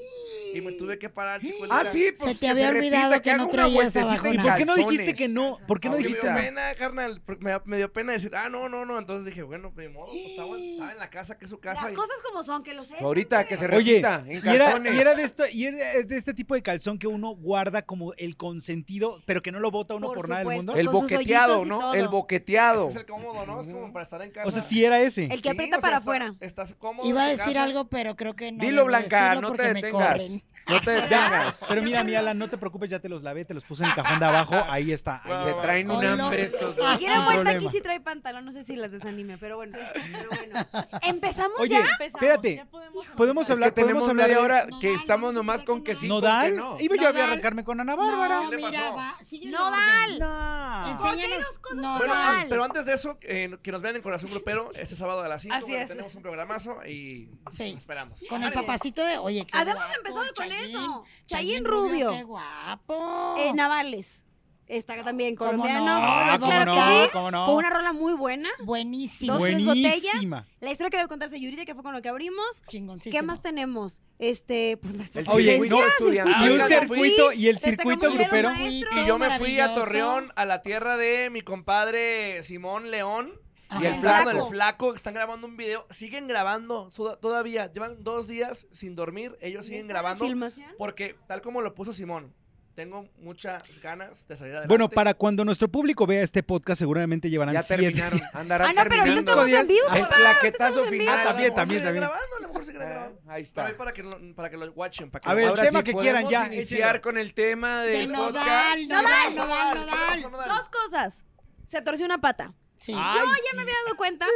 Speaker 6: y me tuve que parar, chicos.
Speaker 4: Ah, sí, pues
Speaker 1: Se te
Speaker 4: que
Speaker 1: había olvidado
Speaker 4: repita,
Speaker 1: que no
Speaker 4: haga una
Speaker 1: traías
Speaker 4: vueltecita
Speaker 1: abajo
Speaker 4: en
Speaker 2: ¿Y por qué no
Speaker 4: calzones?
Speaker 2: dijiste que no? ¿Por qué no
Speaker 6: Es que me
Speaker 2: dijiste?
Speaker 6: dio pena, carnal. porque Me, me dio pena decir, ah, no, no, no. Entonces dije, bueno, pues, ni modo, pues, estaba, estaba en la casa, que es su casa.
Speaker 3: Las
Speaker 6: y-
Speaker 3: cosas como son, que lo sé.
Speaker 4: Pues, Ahorita que se
Speaker 2: Oye,
Speaker 4: repita en
Speaker 2: y era,
Speaker 4: calzones.
Speaker 2: y era de esto, y era de este tipo de calzón que uno guarda como el consentido, pero que no lo bota uno por,
Speaker 3: Por
Speaker 2: nada del
Speaker 3: supuesto.
Speaker 2: mundo.
Speaker 4: el
Speaker 3: con sus
Speaker 4: boqueteado,
Speaker 3: hoyitos y
Speaker 4: ¿no?
Speaker 3: todo.
Speaker 4: El boqueteado.
Speaker 6: Ese es el cómodo, ¿no? Es como para estar en casa.
Speaker 2: O sea, sí era ese.
Speaker 3: El que aprieta
Speaker 6: o sea,
Speaker 3: para
Speaker 6: está-
Speaker 3: afuera.
Speaker 6: Estás cómodo.
Speaker 1: Iba a
Speaker 6: en tu
Speaker 1: decir
Speaker 6: casa.
Speaker 1: algo, pero creo que no.
Speaker 4: Dilo,
Speaker 1: debo
Speaker 4: Blanca,
Speaker 1: decirlo
Speaker 4: no te
Speaker 1: porque me
Speaker 4: detengas.
Speaker 1: corren.
Speaker 4: No te
Speaker 2: *laughs*
Speaker 4: detengas.
Speaker 2: Pero mira, mi Alan, no te preocupes, ya te los lavé, te los puse en el cajón de abajo,
Speaker 4: *laughs*
Speaker 2: ahí está. ahí
Speaker 6: Wow.
Speaker 4: Se
Speaker 2: está.
Speaker 4: traen un
Speaker 1: Hola.
Speaker 4: hambre estos
Speaker 3: Si
Speaker 4: dos.
Speaker 3: quieren
Speaker 2: Sin
Speaker 3: vuelta aquí
Speaker 2: problema.
Speaker 3: sí trae pantalón, no sé si las desanime, pero bueno. Pero bueno. ¿Empezamos
Speaker 2: Oye,
Speaker 3: ya?
Speaker 5: Empezamos,
Speaker 2: espérate,
Speaker 5: ya podemos,
Speaker 2: podemos
Speaker 5: empezar.
Speaker 2: hablar,
Speaker 4: es que tenemos
Speaker 2: podemos hablar
Speaker 4: media
Speaker 2: de-
Speaker 4: hora
Speaker 1: Nodal,
Speaker 4: que estamos
Speaker 1: no sé
Speaker 4: nomás
Speaker 1: por
Speaker 4: con
Speaker 1: qué
Speaker 4: que
Speaker 1: no
Speaker 4: sí, con que
Speaker 2: ¿Nodal?
Speaker 4: no.
Speaker 2: Iba yo
Speaker 1: Nodal.
Speaker 2: a arrancarme con Ana Bárbara.
Speaker 1: No,
Speaker 6: ¿Qué le
Speaker 1: mira,
Speaker 6: pasó?
Speaker 1: va. sigue el
Speaker 3: Nodal.
Speaker 1: orden.
Speaker 2: No.
Speaker 1: Enséñanos. Nodal.
Speaker 6: Bueno, ah, pero antes de eso, eh, que nos vean en Corazón Grupero este sábado a las 5.
Speaker 5: Así es.
Speaker 6: Tenemos un programazo y
Speaker 1: Sí.
Speaker 6: nos esperamos.
Speaker 1: Con el
Speaker 6: Ánimo.
Speaker 1: papacito de. Oye, qué Oh,
Speaker 3: Habíamos
Speaker 1: guapo,
Speaker 3: empezado con
Speaker 1: Chayín.
Speaker 3: eso.
Speaker 1: Chayín
Speaker 3: Chayín Rubio.
Speaker 1: Qué guapo.
Speaker 3: Eh, Navales. Está también
Speaker 1: ¿Cómo
Speaker 3: colombiano.
Speaker 1: no?
Speaker 2: Ah,
Speaker 1: Claro
Speaker 2: cómo
Speaker 1: que
Speaker 2: no,
Speaker 1: sí.
Speaker 2: cómo no.
Speaker 3: Con una rola muy buena.
Speaker 1: Buenísimo.
Speaker 3: Dos, tres
Speaker 2: Buenísima.
Speaker 3: La historia que debe contarse Yurita, que fue con lo que abrimos.
Speaker 1: Chingoncísimo.
Speaker 3: ¿Qué más tenemos? Este, pues nuestra
Speaker 4: El
Speaker 2: Oye,
Speaker 4: circuito
Speaker 2: no,
Speaker 4: estudiante.
Speaker 2: y un
Speaker 4: Oigan,
Speaker 3: Oigan,
Speaker 2: circuito,
Speaker 3: fui, este,
Speaker 2: y el
Speaker 3: les
Speaker 2: circuito
Speaker 3: sacamos
Speaker 1: Muy bien,
Speaker 2: grupero.
Speaker 3: los maestros.
Speaker 1: maestro,
Speaker 6: Y yo me fui a
Speaker 1: maravilloso.
Speaker 6: Torreón, a la tierra de mi compadre Simón León.
Speaker 1: Ajá.
Speaker 6: Y el
Speaker 3: El
Speaker 6: flaco,
Speaker 3: flaco.
Speaker 6: el flaco, que están grabando un video. Siguen grabando so- todavía. Llevan dos días sin dormir. Ellos siguen grabando.
Speaker 3: Filmación.
Speaker 6: Porque, tal como lo puso Simón, tengo muchas ganas de salir adelante.
Speaker 2: Bueno, para cuando nuestro público vea este podcast, seguramente llevarán
Speaker 4: Ya
Speaker 2: siete
Speaker 4: terminaron. Andarán
Speaker 3: Ah, no, pero ahorita
Speaker 4: terminando.
Speaker 3: estamos en vivo.
Speaker 4: El claquetazo
Speaker 3: en
Speaker 4: final.
Speaker 2: Ah, también,
Speaker 6: A lo mejor
Speaker 2: también,
Speaker 6: siguen
Speaker 2: también. Eh,
Speaker 6: grabando, a lo mejor siguen
Speaker 4: Ah, Ahí
Speaker 6: grabando. Pero ahí
Speaker 4: está.
Speaker 6: para que, lo- para que lo watchen. Para que
Speaker 2: A
Speaker 6: lo
Speaker 2: ver, el
Speaker 6: Ahora
Speaker 4: Ahora
Speaker 6: sí,
Speaker 2: tema
Speaker 4: sí,
Speaker 2: que quieran
Speaker 4: podemos
Speaker 2: ya.
Speaker 4: iniciar con el tema de,
Speaker 1: De
Speaker 4: podcast.
Speaker 1: Nodal,
Speaker 6: vamos
Speaker 1: Nodal,
Speaker 6: a
Speaker 1: Nodal,
Speaker 6: Nodal,
Speaker 1: Nodal.
Speaker 6: vamos a
Speaker 2: Ah,
Speaker 6: Nodal.
Speaker 3: Dos cosas. Se torció una pata.
Speaker 1: Sí.
Speaker 2: Ay, sí.
Speaker 3: me he dado cuenta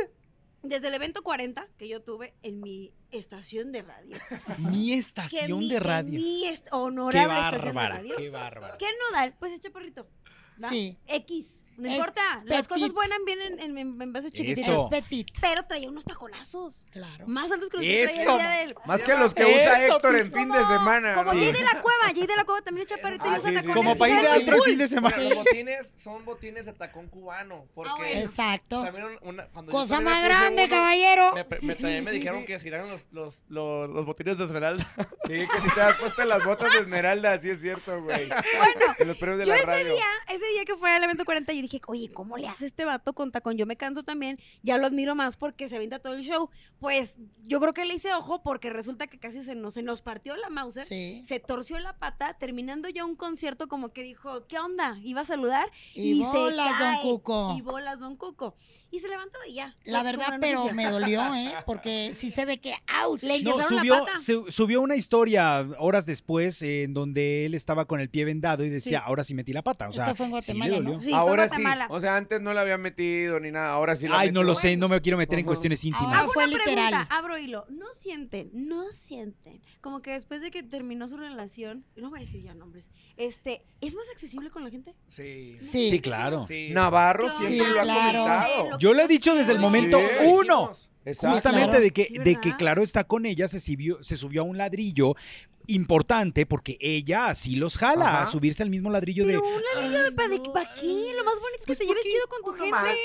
Speaker 3: desde el evento 40 que yo tuve en mi estación
Speaker 2: *laughs*
Speaker 3: de radio.
Speaker 2: Mi
Speaker 3: Que
Speaker 2: estación
Speaker 3: mi-
Speaker 2: de
Speaker 3: que
Speaker 2: radio.
Speaker 3: Mi est-
Speaker 2: Qué
Speaker 3: honorable estación de
Speaker 2: bárbara,
Speaker 3: radio.
Speaker 2: qué bárbara.
Speaker 3: ¿Qué nodal? Pues es chaparrito. ¿va?
Speaker 1: Sí.
Speaker 3: X. No
Speaker 1: Es
Speaker 3: importa, las cosas
Speaker 1: petit.
Speaker 3: buenas vienen en, en- en veces chiquititas.
Speaker 2: Eso.
Speaker 1: Es petit,
Speaker 3: Pero traía unos taconazos.
Speaker 1: claro.
Speaker 3: Más altos que los que traía
Speaker 4: Eso.
Speaker 3: el día de él.
Speaker 4: Más
Speaker 6: Se
Speaker 4: que
Speaker 6: llama
Speaker 4: los que usa
Speaker 6: eso,
Speaker 4: Héctor en
Speaker 6: pinche-
Speaker 4: fin de semana.
Speaker 3: Como
Speaker 4: Sí.
Speaker 3: Jay de la Cueva, Jay de la Cueva también es chaparrito y
Speaker 4: Ah,
Speaker 3: usa
Speaker 4: sí, sí,
Speaker 3: tacones.
Speaker 2: Como
Speaker 4: sí,
Speaker 2: para ir
Speaker 4: sí,
Speaker 2: de
Speaker 4: sí.
Speaker 2: antro el fin de semana.
Speaker 6: Pero Los botines son botines de tacón cubano. Porque
Speaker 3: Ah, bueno.
Speaker 1: Exacto.
Speaker 6: también un- una, cuando yo
Speaker 1: Cosa
Speaker 6: también
Speaker 1: más
Speaker 6: me puse
Speaker 1: grande,
Speaker 6: uno,
Speaker 1: caballero.
Speaker 6: Me, me- también me dijeron que giraron los, los, los, los botines de esmeralda. *laughs*
Speaker 4: Sí, que si te has puesto las botas de esmeralda, sí es cierto, güey.
Speaker 3: Bueno,
Speaker 4: En los premios de
Speaker 3: Yo
Speaker 4: la
Speaker 3: ese
Speaker 4: radio.
Speaker 3: día, ese día que fue al evento 40, yo dije, oye, ¿cómo le hace este vato con tacón? Yo me canso también, ya lo admiro más porque se avienta todo el show. Pues yo creo que le hice ojo porque resulta que casi se nos, se nos partió la ¿eh? Mauser.
Speaker 1: Sí.
Speaker 3: Se torció la pata, terminando ya un concierto como que dijo, ¿qué onda? Iba a saludar
Speaker 1: Y,
Speaker 3: y,
Speaker 1: bolas,
Speaker 3: se
Speaker 1: don
Speaker 3: cae.
Speaker 1: Cuco.
Speaker 3: Y bolas, don Cuco. Y se levantó y ya.
Speaker 1: La
Speaker 3: Fue
Speaker 1: verdad,
Speaker 3: como una
Speaker 1: pero
Speaker 3: noticia.
Speaker 1: me dolió, ¿eh?
Speaker 6: *laughs*
Speaker 1: Porque sí se ve que, ¡au!
Speaker 3: Le
Speaker 1: No,
Speaker 3: yesaron la
Speaker 2: subió,
Speaker 3: pata.
Speaker 2: su- subió una historia horas después eh, en donde él estaba con el pie vendado y decía,
Speaker 3: Sí.
Speaker 2: ahora sí metí la pata. O sea,
Speaker 1: Esto fue en
Speaker 2: sí le
Speaker 1: Guatemala, ¿no?
Speaker 2: dolió.
Speaker 3: Sí, fue
Speaker 4: ahora sí.
Speaker 3: Guatemala.
Speaker 4: O sea, antes no la había metido ni nada. Ahora sí la
Speaker 2: Ay, no
Speaker 4: metió.
Speaker 2: lo sé, no me quiero meter en
Speaker 4: Ajá.
Speaker 3: Ah,
Speaker 2: cuestiones íntimas.
Speaker 1: Ahora-
Speaker 3: Hago
Speaker 1: fue
Speaker 3: una
Speaker 1: literal.
Speaker 3: Pregunta, abro hilo. No sienten, no sienten. Como que después de que terminó su relación, no voy a decir ya nombres, este, ¿es más accesible con la gente?
Speaker 6: Sí.
Speaker 1: Sí.
Speaker 2: Sí, claro.
Speaker 6: Sí.
Speaker 4: Navarro
Speaker 3: Sí,
Speaker 4: siempre lo ha
Speaker 1: claro.
Speaker 4: comentado.
Speaker 2: Yo lo he dicho desde el
Speaker 3: Sí.
Speaker 2: momento
Speaker 4: Sí.
Speaker 2: uno.
Speaker 4: Exacto.
Speaker 2: Justamente
Speaker 1: claro.
Speaker 2: de que,
Speaker 3: Sí,
Speaker 2: de que
Speaker 3: ¿verdad?
Speaker 2: claro está con ella, se subió, se subió a un ladrillo importante porque ella así los jala a
Speaker 4: Ajá.
Speaker 2: subirse al mismo ladrillo
Speaker 3: Pero
Speaker 2: de.
Speaker 3: un ladrillo de pa- de pa' qué, lo más bonito es que
Speaker 2: Pues
Speaker 3: te lleves
Speaker 2: porque
Speaker 3: chido con tu
Speaker 4: Uno
Speaker 3: gente.
Speaker 4: más,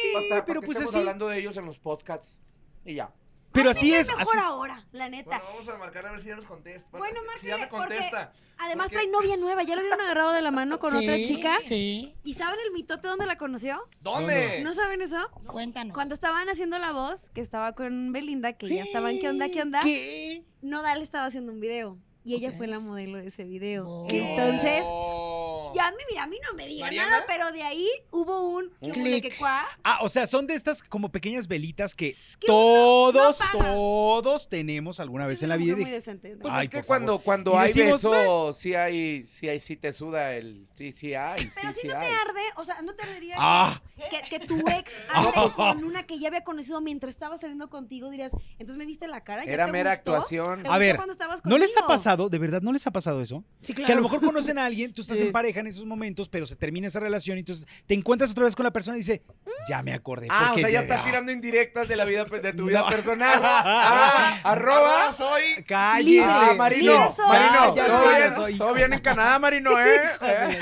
Speaker 2: pero
Speaker 4: basta, porque
Speaker 2: pues
Speaker 4: estamos
Speaker 2: así-
Speaker 4: hablando de ellos en los podcasts. Y ya.
Speaker 2: Pero
Speaker 3: Así
Speaker 2: así es.
Speaker 3: mejor
Speaker 2: así-
Speaker 3: ahora, la neta.
Speaker 6: Bueno, vamos a marcarle a ver si ya nos contesta.
Speaker 3: Bueno,
Speaker 6: si ya
Speaker 3: márcale,
Speaker 6: me contesta.
Speaker 3: Además
Speaker 6: porque-
Speaker 3: trae novia nueva, ya lo vieron agarrado de la mano con otra
Speaker 1: Sí,
Speaker 3: chica.
Speaker 1: Sí,
Speaker 3: ¿Y saben el mitote dónde la conoció?
Speaker 6: ¿Dónde?
Speaker 3: ¿No saben eso?
Speaker 1: cuéntanos.
Speaker 3: Cuando estaban haciendo la voz, que estaba con Belinda, que ya estaban, ¿qué onda, qué onda?
Speaker 2: ¿Qué?
Speaker 3: Nodal estaba haciendo un video y ella
Speaker 1: Ok.
Speaker 3: fue la modelo de ese video.
Speaker 1: Oh.
Speaker 3: Entonces,
Speaker 6: Oh.
Speaker 3: ya me mira, a mí no me diga
Speaker 6: ¿Mariana?
Speaker 3: nada, pero de ahí hubo un ¿qué hubo de
Speaker 1: clic.
Speaker 3: que cuá?
Speaker 2: Ah, o sea, son de estas como pequeñas velitas que
Speaker 3: que
Speaker 2: todos,
Speaker 3: uno no paga.
Speaker 2: todos tenemos alguna vez en la
Speaker 3: Una
Speaker 2: vida.
Speaker 3: mujer
Speaker 2: y
Speaker 3: muy
Speaker 2: dije,
Speaker 3: decente.
Speaker 4: Pues
Speaker 2: Ay,
Speaker 4: es que
Speaker 2: por
Speaker 4: cuando,
Speaker 2: favor.
Speaker 4: cuando
Speaker 2: Y
Speaker 4: hay
Speaker 2: decimos,
Speaker 4: beso, sí hay, sí hay, sí te suda el. Sí, sí hay, sí,
Speaker 3: pero si
Speaker 4: sí
Speaker 3: no
Speaker 4: hay.
Speaker 3: te arde, o sea, no te ardería
Speaker 2: Ah,
Speaker 3: que, que tu
Speaker 2: *laughs*
Speaker 3: ex arde con una que ya había conocido mientras estaba saliendo contigo, dirías, entonces me viste la cara. ¿Ya
Speaker 4: Era
Speaker 3: te
Speaker 4: mera
Speaker 3: gustó?
Speaker 4: actuación.
Speaker 3: ¿Te
Speaker 2: A
Speaker 3: gustó
Speaker 2: ver,
Speaker 3: cuando estabas
Speaker 2: ¿no les ha
Speaker 3: conmigo?
Speaker 2: pasado, de verdad, no les ha pasado eso?
Speaker 3: Sí,
Speaker 2: Que a
Speaker 3: claro.
Speaker 2: lo mejor conocen a alguien,
Speaker 3: *laughs*
Speaker 2: tú estás en pareja en esos momentos, pero se termina esa relación y entonces te encuentras otra vez con la persona y dice, ya me acordé.
Speaker 4: Ah, o
Speaker 2: porque
Speaker 4: sea, ya
Speaker 2: de-
Speaker 4: estás
Speaker 2: ah,
Speaker 4: tirando indirectas de la vida pues, de tu
Speaker 2: No.
Speaker 4: vida personal. Ah, arroba.
Speaker 6: soy.
Speaker 2: Cállese.
Speaker 3: Libre.
Speaker 4: Ah,
Speaker 3: Marino, Libre soy.
Speaker 4: Marino,
Speaker 2: Ya,
Speaker 4: todo
Speaker 2: ya,
Speaker 4: bien,
Speaker 2: soy-
Speaker 4: todo bien en Canadá, Marino, ¿eh? ¿Eh?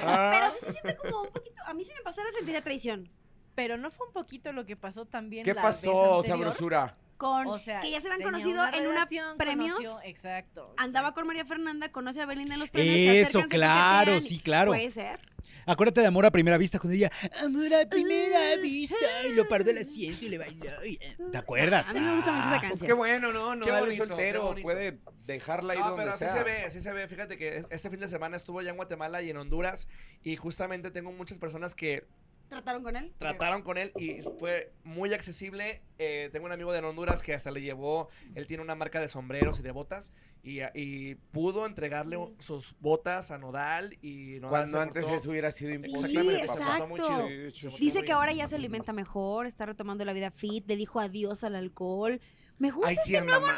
Speaker 3: Pero sí se siente como un poquito, a mí sí me pasara sentir traición.
Speaker 5: Pero no fue un poquito lo que pasó también.
Speaker 4: ¿Qué
Speaker 5: la vez
Speaker 4: pasó,
Speaker 5: anterior?
Speaker 4: sabrosura?
Speaker 3: Con
Speaker 5: O sea,
Speaker 3: que ya se habían
Speaker 5: tenía
Speaker 3: conocido en una
Speaker 5: relación,
Speaker 3: premios.
Speaker 5: conoció- e-, exacto.
Speaker 3: andaba con María Fernanda, conoce a Belinda en los premios. se
Speaker 2: Eso,
Speaker 3: acercan, se
Speaker 2: claro,
Speaker 3: coquetean
Speaker 2: sí,
Speaker 3: y-
Speaker 2: claro.
Speaker 3: Puede ser.
Speaker 2: Acuérdate de Amor a Primera Vista, cuando ella, Amor a Primera Vista, y lo paró del asiento y le bailó. y- ¿Te acuerdas?
Speaker 3: A mí me gusta mucho esa
Speaker 2: Ah,
Speaker 4: Pues
Speaker 3: canción.
Speaker 4: qué bueno, ¿no? No,
Speaker 6: Qué
Speaker 4: dale
Speaker 6: bonito, qué
Speaker 4: soltero,
Speaker 6: bonito.
Speaker 4: puede dejarla ahí
Speaker 6: No,
Speaker 4: donde
Speaker 6: pero sí
Speaker 4: sea.
Speaker 6: se ve, sí se ve. Fíjate que es- este fin de semana estuvo ya en Guatemala y en Honduras y justamente tengo muchas personas que
Speaker 3: ¿Trataron con él?
Speaker 6: trataron con él y fue muy accesible. Eh, tengo un amigo de Honduras que hasta le llevó, él tiene una marca de sombreros y de botas y, y pudo entregarle sus botas a Nodal y Nodal
Speaker 4: Cuando
Speaker 6: se
Speaker 4: antes
Speaker 6: portó-
Speaker 4: eso hubiera sido
Speaker 3: Sí,
Speaker 4: imposible.
Speaker 6: Exactamente, se portó muy
Speaker 3: exacto.
Speaker 6: chido. Se portó
Speaker 3: Dice que
Speaker 6: muy bien.
Speaker 3: ahora ya se alimenta mejor, está retomando la vida fit, le dijo adiós al alcohol. Me gusta.
Speaker 4: Ay, sí, anda mal.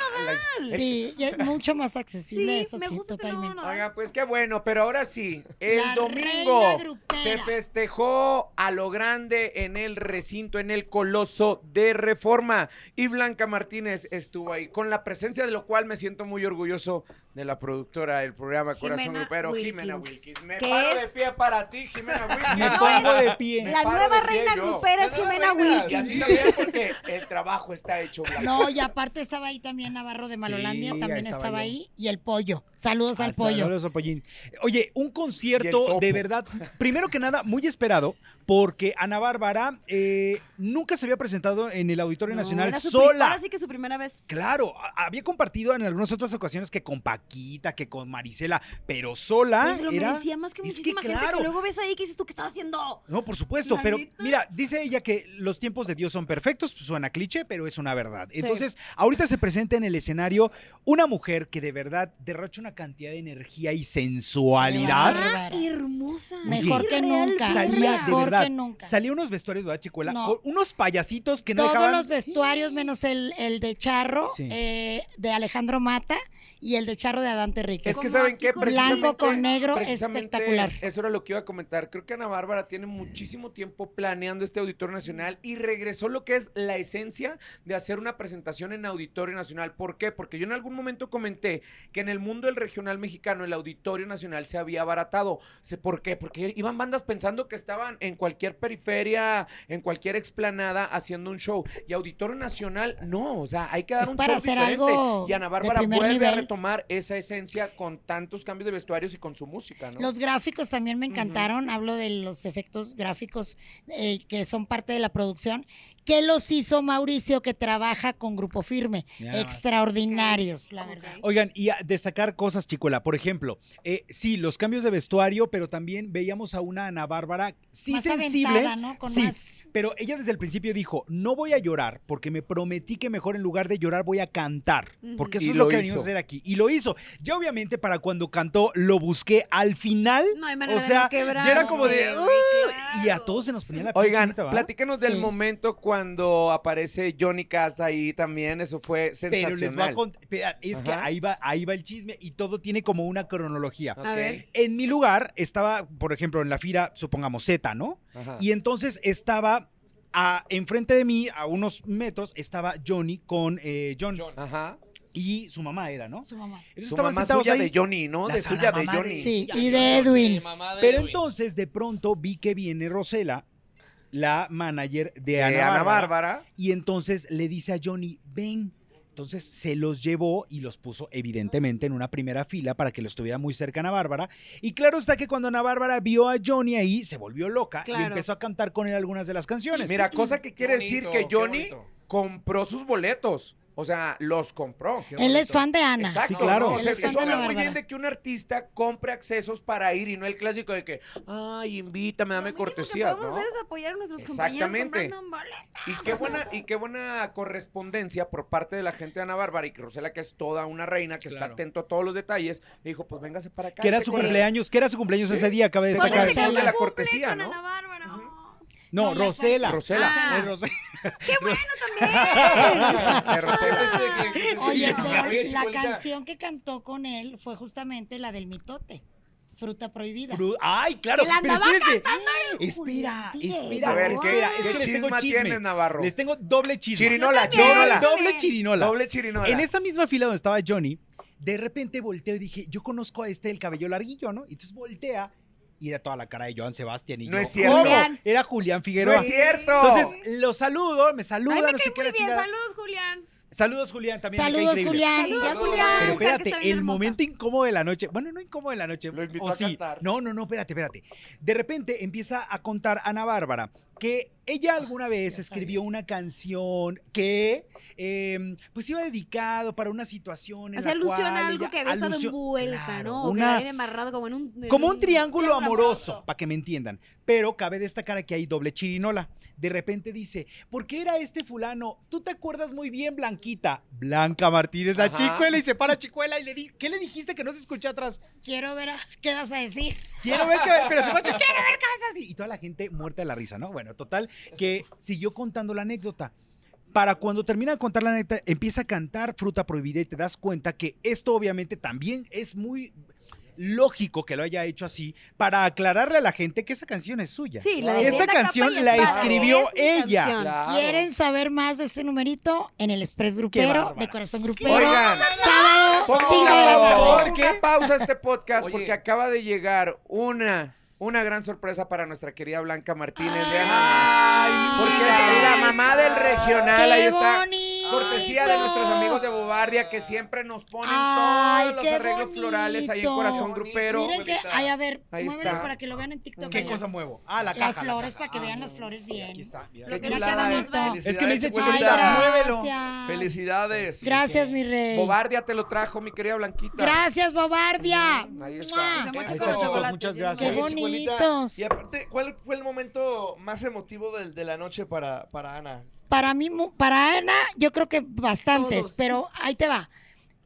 Speaker 1: Sí, ya es mucho más accesible
Speaker 3: Sí,
Speaker 1: eso,
Speaker 3: me
Speaker 1: sí,
Speaker 3: gusta este nuevo
Speaker 1: totalmente.
Speaker 3: Nodal.
Speaker 4: Oiga, pues qué bueno, pero ahora sí, el
Speaker 1: La reina
Speaker 4: domingo
Speaker 1: grupera.
Speaker 4: se festejó a lo grande en el recinto, en el coloso de Reforma. Y Blanca Martínez estuvo ahí, con la presencia de lo cual me siento muy orgulloso de la productora del programa Corazón
Speaker 3: Jimena
Speaker 4: Grupero,
Speaker 3: Wilkins.
Speaker 4: Jimena Wilkins. Me
Speaker 3: ¿Qué
Speaker 4: paro de
Speaker 3: es?
Speaker 4: pie para ti, Jimena
Speaker 2: Me
Speaker 4: Wilkins.
Speaker 3: No,
Speaker 2: pongo
Speaker 3: es-
Speaker 2: de pie.
Speaker 3: La
Speaker 4: paro
Speaker 3: nueva
Speaker 4: de pie
Speaker 3: reina
Speaker 4: yo.
Speaker 3: grupera es
Speaker 6: La nueva
Speaker 3: Jimena
Speaker 6: reina,
Speaker 4: Y a ti
Speaker 3: Wilkins.
Speaker 4: también, porque el trabajo está hecho, Blanca.
Speaker 1: No, y aparte estaba ahí también Navarro de Malolandia,
Speaker 4: ahí
Speaker 1: también
Speaker 4: estaba
Speaker 1: estaba,
Speaker 4: yo.
Speaker 1: ahí. Y el pollo. Saludos al
Speaker 2: Ah,
Speaker 1: pollo.
Speaker 2: saludos al pollín. Oye, un
Speaker 4: Y el
Speaker 2: concierto
Speaker 4: topo.
Speaker 2: de verdad, primero que nada, muy esperado, porque Ana Bárbara eh, nunca se había presentado en el Auditorio
Speaker 3: No,
Speaker 2: Nacional
Speaker 3: era su pri-
Speaker 2: sola.
Speaker 3: Ahora sí que su primera vez.
Speaker 2: Claro, a- había compartido en algunas otras ocasiones que con Paquita, que con Marisela, pero sola
Speaker 3: Pues lo
Speaker 2: Ah, era...
Speaker 3: merecía más que
Speaker 2: es que
Speaker 3: muchísima gente
Speaker 2: claro.
Speaker 3: que luego ves ahí que dices tú, ¿qué estás haciendo?
Speaker 2: No, por supuesto,
Speaker 3: La
Speaker 2: pero
Speaker 3: neta.
Speaker 2: mira, dice ella que los tiempos de Dios son perfectos, suena cliché, pero es una verdad. Entonces, Ahorita se presenta en el escenario una mujer que de verdad derrocha una cantidad de energía y sensualidad.
Speaker 1: Bárbara.
Speaker 3: hermosa.
Speaker 1: Ah, Mejor que
Speaker 3: Irreal,
Speaker 1: nunca.
Speaker 2: Salía, de
Speaker 1: Mejor
Speaker 2: verdad,
Speaker 1: que nunca.
Speaker 2: Salía unos vestuarios, ¿verdad, Chicuela?
Speaker 1: No.
Speaker 2: O- Unos payasitos que no
Speaker 1: Todos
Speaker 2: dejaban...
Speaker 1: los vestuarios, menos el, el de Charro,
Speaker 2: Sí.
Speaker 1: eh, de Alejandro Mata, y el de Charro de Adán Terrique.
Speaker 4: Es que saben qué,
Speaker 1: con blanco con negro,
Speaker 4: precisamente
Speaker 1: espectacular.
Speaker 4: Eso era lo que iba a comentar. Creo que Ana Bárbara tiene muchísimo tiempo planeando este Auditorio Nacional y regresó lo que es la esencia de hacer una presentación en Auditorio Nacional. ¿Por qué? Porque yo en algún momento comenté que en el mundo del regional mexicano el Auditorio Nacional se había abaratado. Sé ¿Por qué? Porque iban bandas pensando que estaban en cualquier periferia, en cualquier explanada haciendo un show. Y Auditorio Nacional, no, o sea, hay que dar
Speaker 1: Es
Speaker 4: un
Speaker 1: para
Speaker 4: show
Speaker 1: hacer
Speaker 4: diferente.
Speaker 1: algo
Speaker 4: Y Ana
Speaker 1: de
Speaker 4: Bárbara
Speaker 1: primer
Speaker 4: vuelve a
Speaker 1: nivel.
Speaker 4: retomar esa esencia con tantos cambios de vestuarios y con su música, ¿no?
Speaker 1: Los gráficos también me encantaron. Hablo de los efectos gráficos eh, que son parte de la producción. que los hizo Mauricio, que trabaja con Grupo Firme?
Speaker 2: Ya.
Speaker 1: Extraordinarios, la verdad.
Speaker 2: Oigan, y a destacar cosas, Chicuela. Por ejemplo, eh, sí, los cambios de vestuario, pero también veíamos a una Ana Bárbara, sí
Speaker 1: más
Speaker 2: sensible,
Speaker 1: aventada, ¿no? Con
Speaker 2: sí,
Speaker 1: más...
Speaker 2: Pero ella desde el principio dijo, no voy a llorar porque me prometí que mejor en lugar de llorar voy a cantar. Porque
Speaker 4: Ujú.
Speaker 2: eso
Speaker 4: Y
Speaker 2: es lo,
Speaker 4: lo
Speaker 2: que venimos a
Speaker 4: hizo.
Speaker 2: hacer aquí. Y lo hizo. Yo obviamente para cuando cantó lo busqué al final
Speaker 3: No hay manera
Speaker 2: O sea,
Speaker 3: de no quebrar.
Speaker 2: yo era como de,
Speaker 3: Sí,
Speaker 2: y a
Speaker 3: claro.
Speaker 2: todos se nos ponía la piel
Speaker 4: Oigan,
Speaker 2: chinita, ¿va?
Speaker 4: platíquenos del
Speaker 1: Sí.
Speaker 4: momento cuando aparece Johnny Cass ahí también, eso fue
Speaker 2: Pero
Speaker 4: sensacional.
Speaker 2: les voy a contar, es que
Speaker 4: Ajá.
Speaker 2: ahí va, ahí va el chisme y todo tiene como una cronología.
Speaker 4: Ok,
Speaker 3: A ver.
Speaker 2: En mi lugar estaba, por ejemplo, en la fira, supongamos Z, ¿no?
Speaker 4: ajá.
Speaker 2: Y entonces estaba a- enfrente de mí, a unos metros, estaba Johnny con eh, John,
Speaker 4: Ajá.
Speaker 2: y su mamá era, ¿no?
Speaker 1: Su mamá.
Speaker 2: Ellos
Speaker 4: Su
Speaker 2: estaban
Speaker 4: mamá
Speaker 2: sentados
Speaker 4: suya
Speaker 2: ahí.
Speaker 4: de Johnny, ¿no?
Speaker 2: La
Speaker 4: de
Speaker 2: sana
Speaker 4: suya de
Speaker 2: mamá de-
Speaker 4: Johnny.
Speaker 1: Sí, y de Edwin.
Speaker 2: Pero entonces de pronto vi que viene Rosela, la manager de,
Speaker 4: De
Speaker 2: Ana, Bárbara,
Speaker 4: Bárbara.
Speaker 2: y entonces le dice a Johnny, ven. Entonces se los llevó y los puso evidentemente en una primera fila para que los tuviera muy cerca a Ana Bárbara. Y claro está que cuando Ana Bárbara vio a Johnny ahí, se volvió loca y
Speaker 3: Claro.
Speaker 2: empezó a cantar con él algunas de las canciones.
Speaker 4: Mira, cosa que quiere decir que Johnny *laughs* compró sus boletos. O sea, los compró.
Speaker 1: Él es fan de Ana.
Speaker 2: Sí,
Speaker 4: Exacto,
Speaker 2: claro.
Speaker 4: ¿no? O
Speaker 1: Él
Speaker 4: sea,
Speaker 1: es fan
Speaker 4: eso
Speaker 1: de
Speaker 4: habla
Speaker 1: Ana
Speaker 4: muy bien
Speaker 1: Bárbara.
Speaker 4: de que un artista compre accesos para ir y no el clásico de que, ay, invítame,
Speaker 3: Lo
Speaker 4: dame
Speaker 3: mínimo que
Speaker 4: cortesías,
Speaker 3: podemos
Speaker 4: ¿no?
Speaker 3: hacer es apoyar a nuestros
Speaker 4: Exactamente.
Speaker 3: compañeros comprando un boleto.
Speaker 4: Y qué buena, y qué buena correspondencia por parte de la gente de Ana Bárbara y que Rosela, que es toda una reina, que
Speaker 2: Claro.
Speaker 4: está atento a todos los detalles, le dijo, pues véngase para acá.
Speaker 2: que era
Speaker 4: se
Speaker 2: su
Speaker 4: corre-
Speaker 2: cumpleaños, que era su cumpleaños ese día, acabé de
Speaker 3: Pues
Speaker 4: Se
Speaker 2: sacar.
Speaker 4: corre- de la cortesía,
Speaker 3: con
Speaker 4: ¿no?
Speaker 3: Ana Bárbara.
Speaker 4: Ujú.
Speaker 3: oh.
Speaker 2: No,
Speaker 1: No, ya
Speaker 2: Rosela.
Speaker 4: Rosela.
Speaker 3: Ah.
Speaker 2: Es Rosela.
Speaker 3: ¡Qué bueno
Speaker 4: ¡Eh!
Speaker 3: también!
Speaker 4: De
Speaker 6: *laughs*
Speaker 4: Rosela.
Speaker 1: Oye, pero
Speaker 6: Oye,
Speaker 1: la
Speaker 6: Chicuelita.
Speaker 1: canción que cantó con él fue justamente la del mitote, Fruta Prohibida.
Speaker 2: Fru- Ay, claro.
Speaker 3: Que la
Speaker 2: Pero
Speaker 3: andaba
Speaker 2: espérense.
Speaker 1: el
Speaker 2: Espera,
Speaker 1: Julián Figueroa.
Speaker 2: espera.
Speaker 4: A ver, ¿qué,
Speaker 2: espera, es
Speaker 4: qué
Speaker 2: que les tengo
Speaker 4: chisma
Speaker 2: chisme.
Speaker 4: tienes, Navarro?
Speaker 2: Les tengo doble chisme.
Speaker 4: Chirinola,
Speaker 3: Yo también.
Speaker 4: chirinola.
Speaker 2: Doble, doble chirinola.
Speaker 4: Doble chirinola.
Speaker 2: En esa misma fila donde estaba Johnny, de repente volteo y dije, yo conozco a este el cabello larguillo, ¿no? Y entonces voltea y era toda la cara de Joan Sebastián y yo,
Speaker 4: No es cierto.
Speaker 2: ¿cómo?
Speaker 3: Julián.
Speaker 2: Era Julián
Speaker 4: No
Speaker 2: Figueroa.
Speaker 4: es cierto.
Speaker 2: Entonces lo saludo, me saluda,
Speaker 3: Ay, me
Speaker 2: no sé
Speaker 3: cae
Speaker 2: qué
Speaker 3: muy
Speaker 2: la
Speaker 3: bien.
Speaker 2: chingada.
Speaker 3: Saludos, Julián.
Speaker 2: Saludos Julián también. me cae
Speaker 1: Saludos,
Speaker 2: increíble.
Speaker 1: Julián.
Speaker 3: Saludos,
Speaker 4: Saludos.
Speaker 3: Julián.
Speaker 2: Pero
Speaker 3: Mujer que
Speaker 2: espérate,
Speaker 3: está bien
Speaker 2: el
Speaker 3: hermosa.
Speaker 2: momento incómodo de la noche. Bueno, no incómodo de la noche.
Speaker 4: Lo invitó
Speaker 2: o
Speaker 4: a
Speaker 2: sí.
Speaker 4: cantar.
Speaker 2: No, no, no, espérate, espérate. De repente empieza a contar Ana Bárbara que ella alguna vez
Speaker 1: ya
Speaker 2: escribió una canción que eh, pues iba dedicado para una situación en la
Speaker 3: Hace
Speaker 2: cual
Speaker 3: alusión a algo
Speaker 2: ella-
Speaker 3: que había estado
Speaker 2: alusión-
Speaker 3: envuelta,
Speaker 2: Claro,
Speaker 3: ¿no? O que la
Speaker 2: una-
Speaker 3: habían embarrado como en un... en
Speaker 2: como un triángulo amoroso,
Speaker 3: amoroso.
Speaker 2: para que me entiendan. Pero cabe destacar aquí hay doble chirinola. De repente dice, ¿por qué era este fulano? Tú te acuerdas muy bien, Blanquita. Blanca Martínez, la
Speaker 4: Ajá.
Speaker 2: chicuela, y se para chicuela y le dice, ¿qué le dijiste que no se escucha atrás?
Speaker 1: Quiero ver a- qué vas a decir.
Speaker 2: Quiero ver que, pero se fue, quiero ver cabezas y, y toda la gente muerta de la risa, ¿no? Bueno, total que siguió contando la anécdota. Para cuando termina de contar la anécdota, empieza a cantar Fruta Prohibida y te das cuenta que esto obviamente también es muy lógico que lo haya hecho así para aclararle a la gente que esa canción es suya.
Speaker 3: Sí, la
Speaker 4: Claro.
Speaker 3: de
Speaker 4: Esa
Speaker 3: Tienda Capa y
Speaker 2: canción
Speaker 3: Espada,
Speaker 2: la
Speaker 3: que es
Speaker 2: escribió
Speaker 3: mi
Speaker 2: ella.
Speaker 3: canción.
Speaker 4: Claro.
Speaker 1: ¿Quieren saber más de este numerito? En el Express Grupero,
Speaker 2: bárbara.
Speaker 1: de Corazón Grupero.
Speaker 4: Oigan.
Speaker 1: sábado,
Speaker 4: Por
Speaker 1: 5 de la tarde.
Speaker 4: favor, una pausa a este podcast
Speaker 6: Oye.
Speaker 4: porque acaba de llegar una, una gran sorpresa para nuestra querida Blanca Martínez.
Speaker 1: Ah.
Speaker 4: Vean
Speaker 6: Ay,
Speaker 4: nomás. porque
Speaker 1: mira.
Speaker 4: es la mamá del regional, ahí está.
Speaker 1: bonito!
Speaker 4: Cortesía de nuestros amigos de Bobardia que siempre nos ponen
Speaker 1: Ay,
Speaker 4: todos los
Speaker 1: qué
Speaker 4: arreglos florales ahí en
Speaker 1: bonito.
Speaker 4: Corazón Grupero.
Speaker 1: Miren que, ay, a ver,
Speaker 4: Ahí
Speaker 1: muévelo
Speaker 4: está.
Speaker 1: para que lo vean en TikTok.
Speaker 2: ¿Qué
Speaker 1: mira.
Speaker 2: cosa muevo? Ah, la
Speaker 1: Las
Speaker 2: caja. la
Speaker 1: flores
Speaker 2: caja.
Speaker 1: para que
Speaker 2: Ah,
Speaker 1: vean las flores bien.
Speaker 2: Aquí está, mira.
Speaker 3: Lo
Speaker 4: Qué
Speaker 3: que no
Speaker 4: chulada,
Speaker 3: queda
Speaker 4: ¿eh?
Speaker 3: nos va.
Speaker 2: Es que me dice
Speaker 1: Ay,
Speaker 2: Chicuelita,
Speaker 1: gracias.
Speaker 2: muévelo.
Speaker 6: Felicidades.
Speaker 1: Gracias, mi rey.
Speaker 4: Bobardia te lo trajo, mi querida Blanquita.
Speaker 1: Gracias, Bobardia.
Speaker 4: Mm, ahí está.
Speaker 2: Pues
Speaker 1: ¡Mua!
Speaker 3: Mucho
Speaker 6: Eso.
Speaker 3: con los chocolates,
Speaker 2: Muchas
Speaker 3: bien
Speaker 2: gracias.
Speaker 1: Qué
Speaker 6: Oye,
Speaker 2: Gracias,
Speaker 6: chicuelita,
Speaker 1: bonitos.
Speaker 6: Y aparte, ¿cuál fue el momento más emotivo del- de, la noche para, para Ana?
Speaker 1: Para mí, mu- para Ana, yo creo que bastantes,
Speaker 3: Todos.
Speaker 1: pero ahí te va.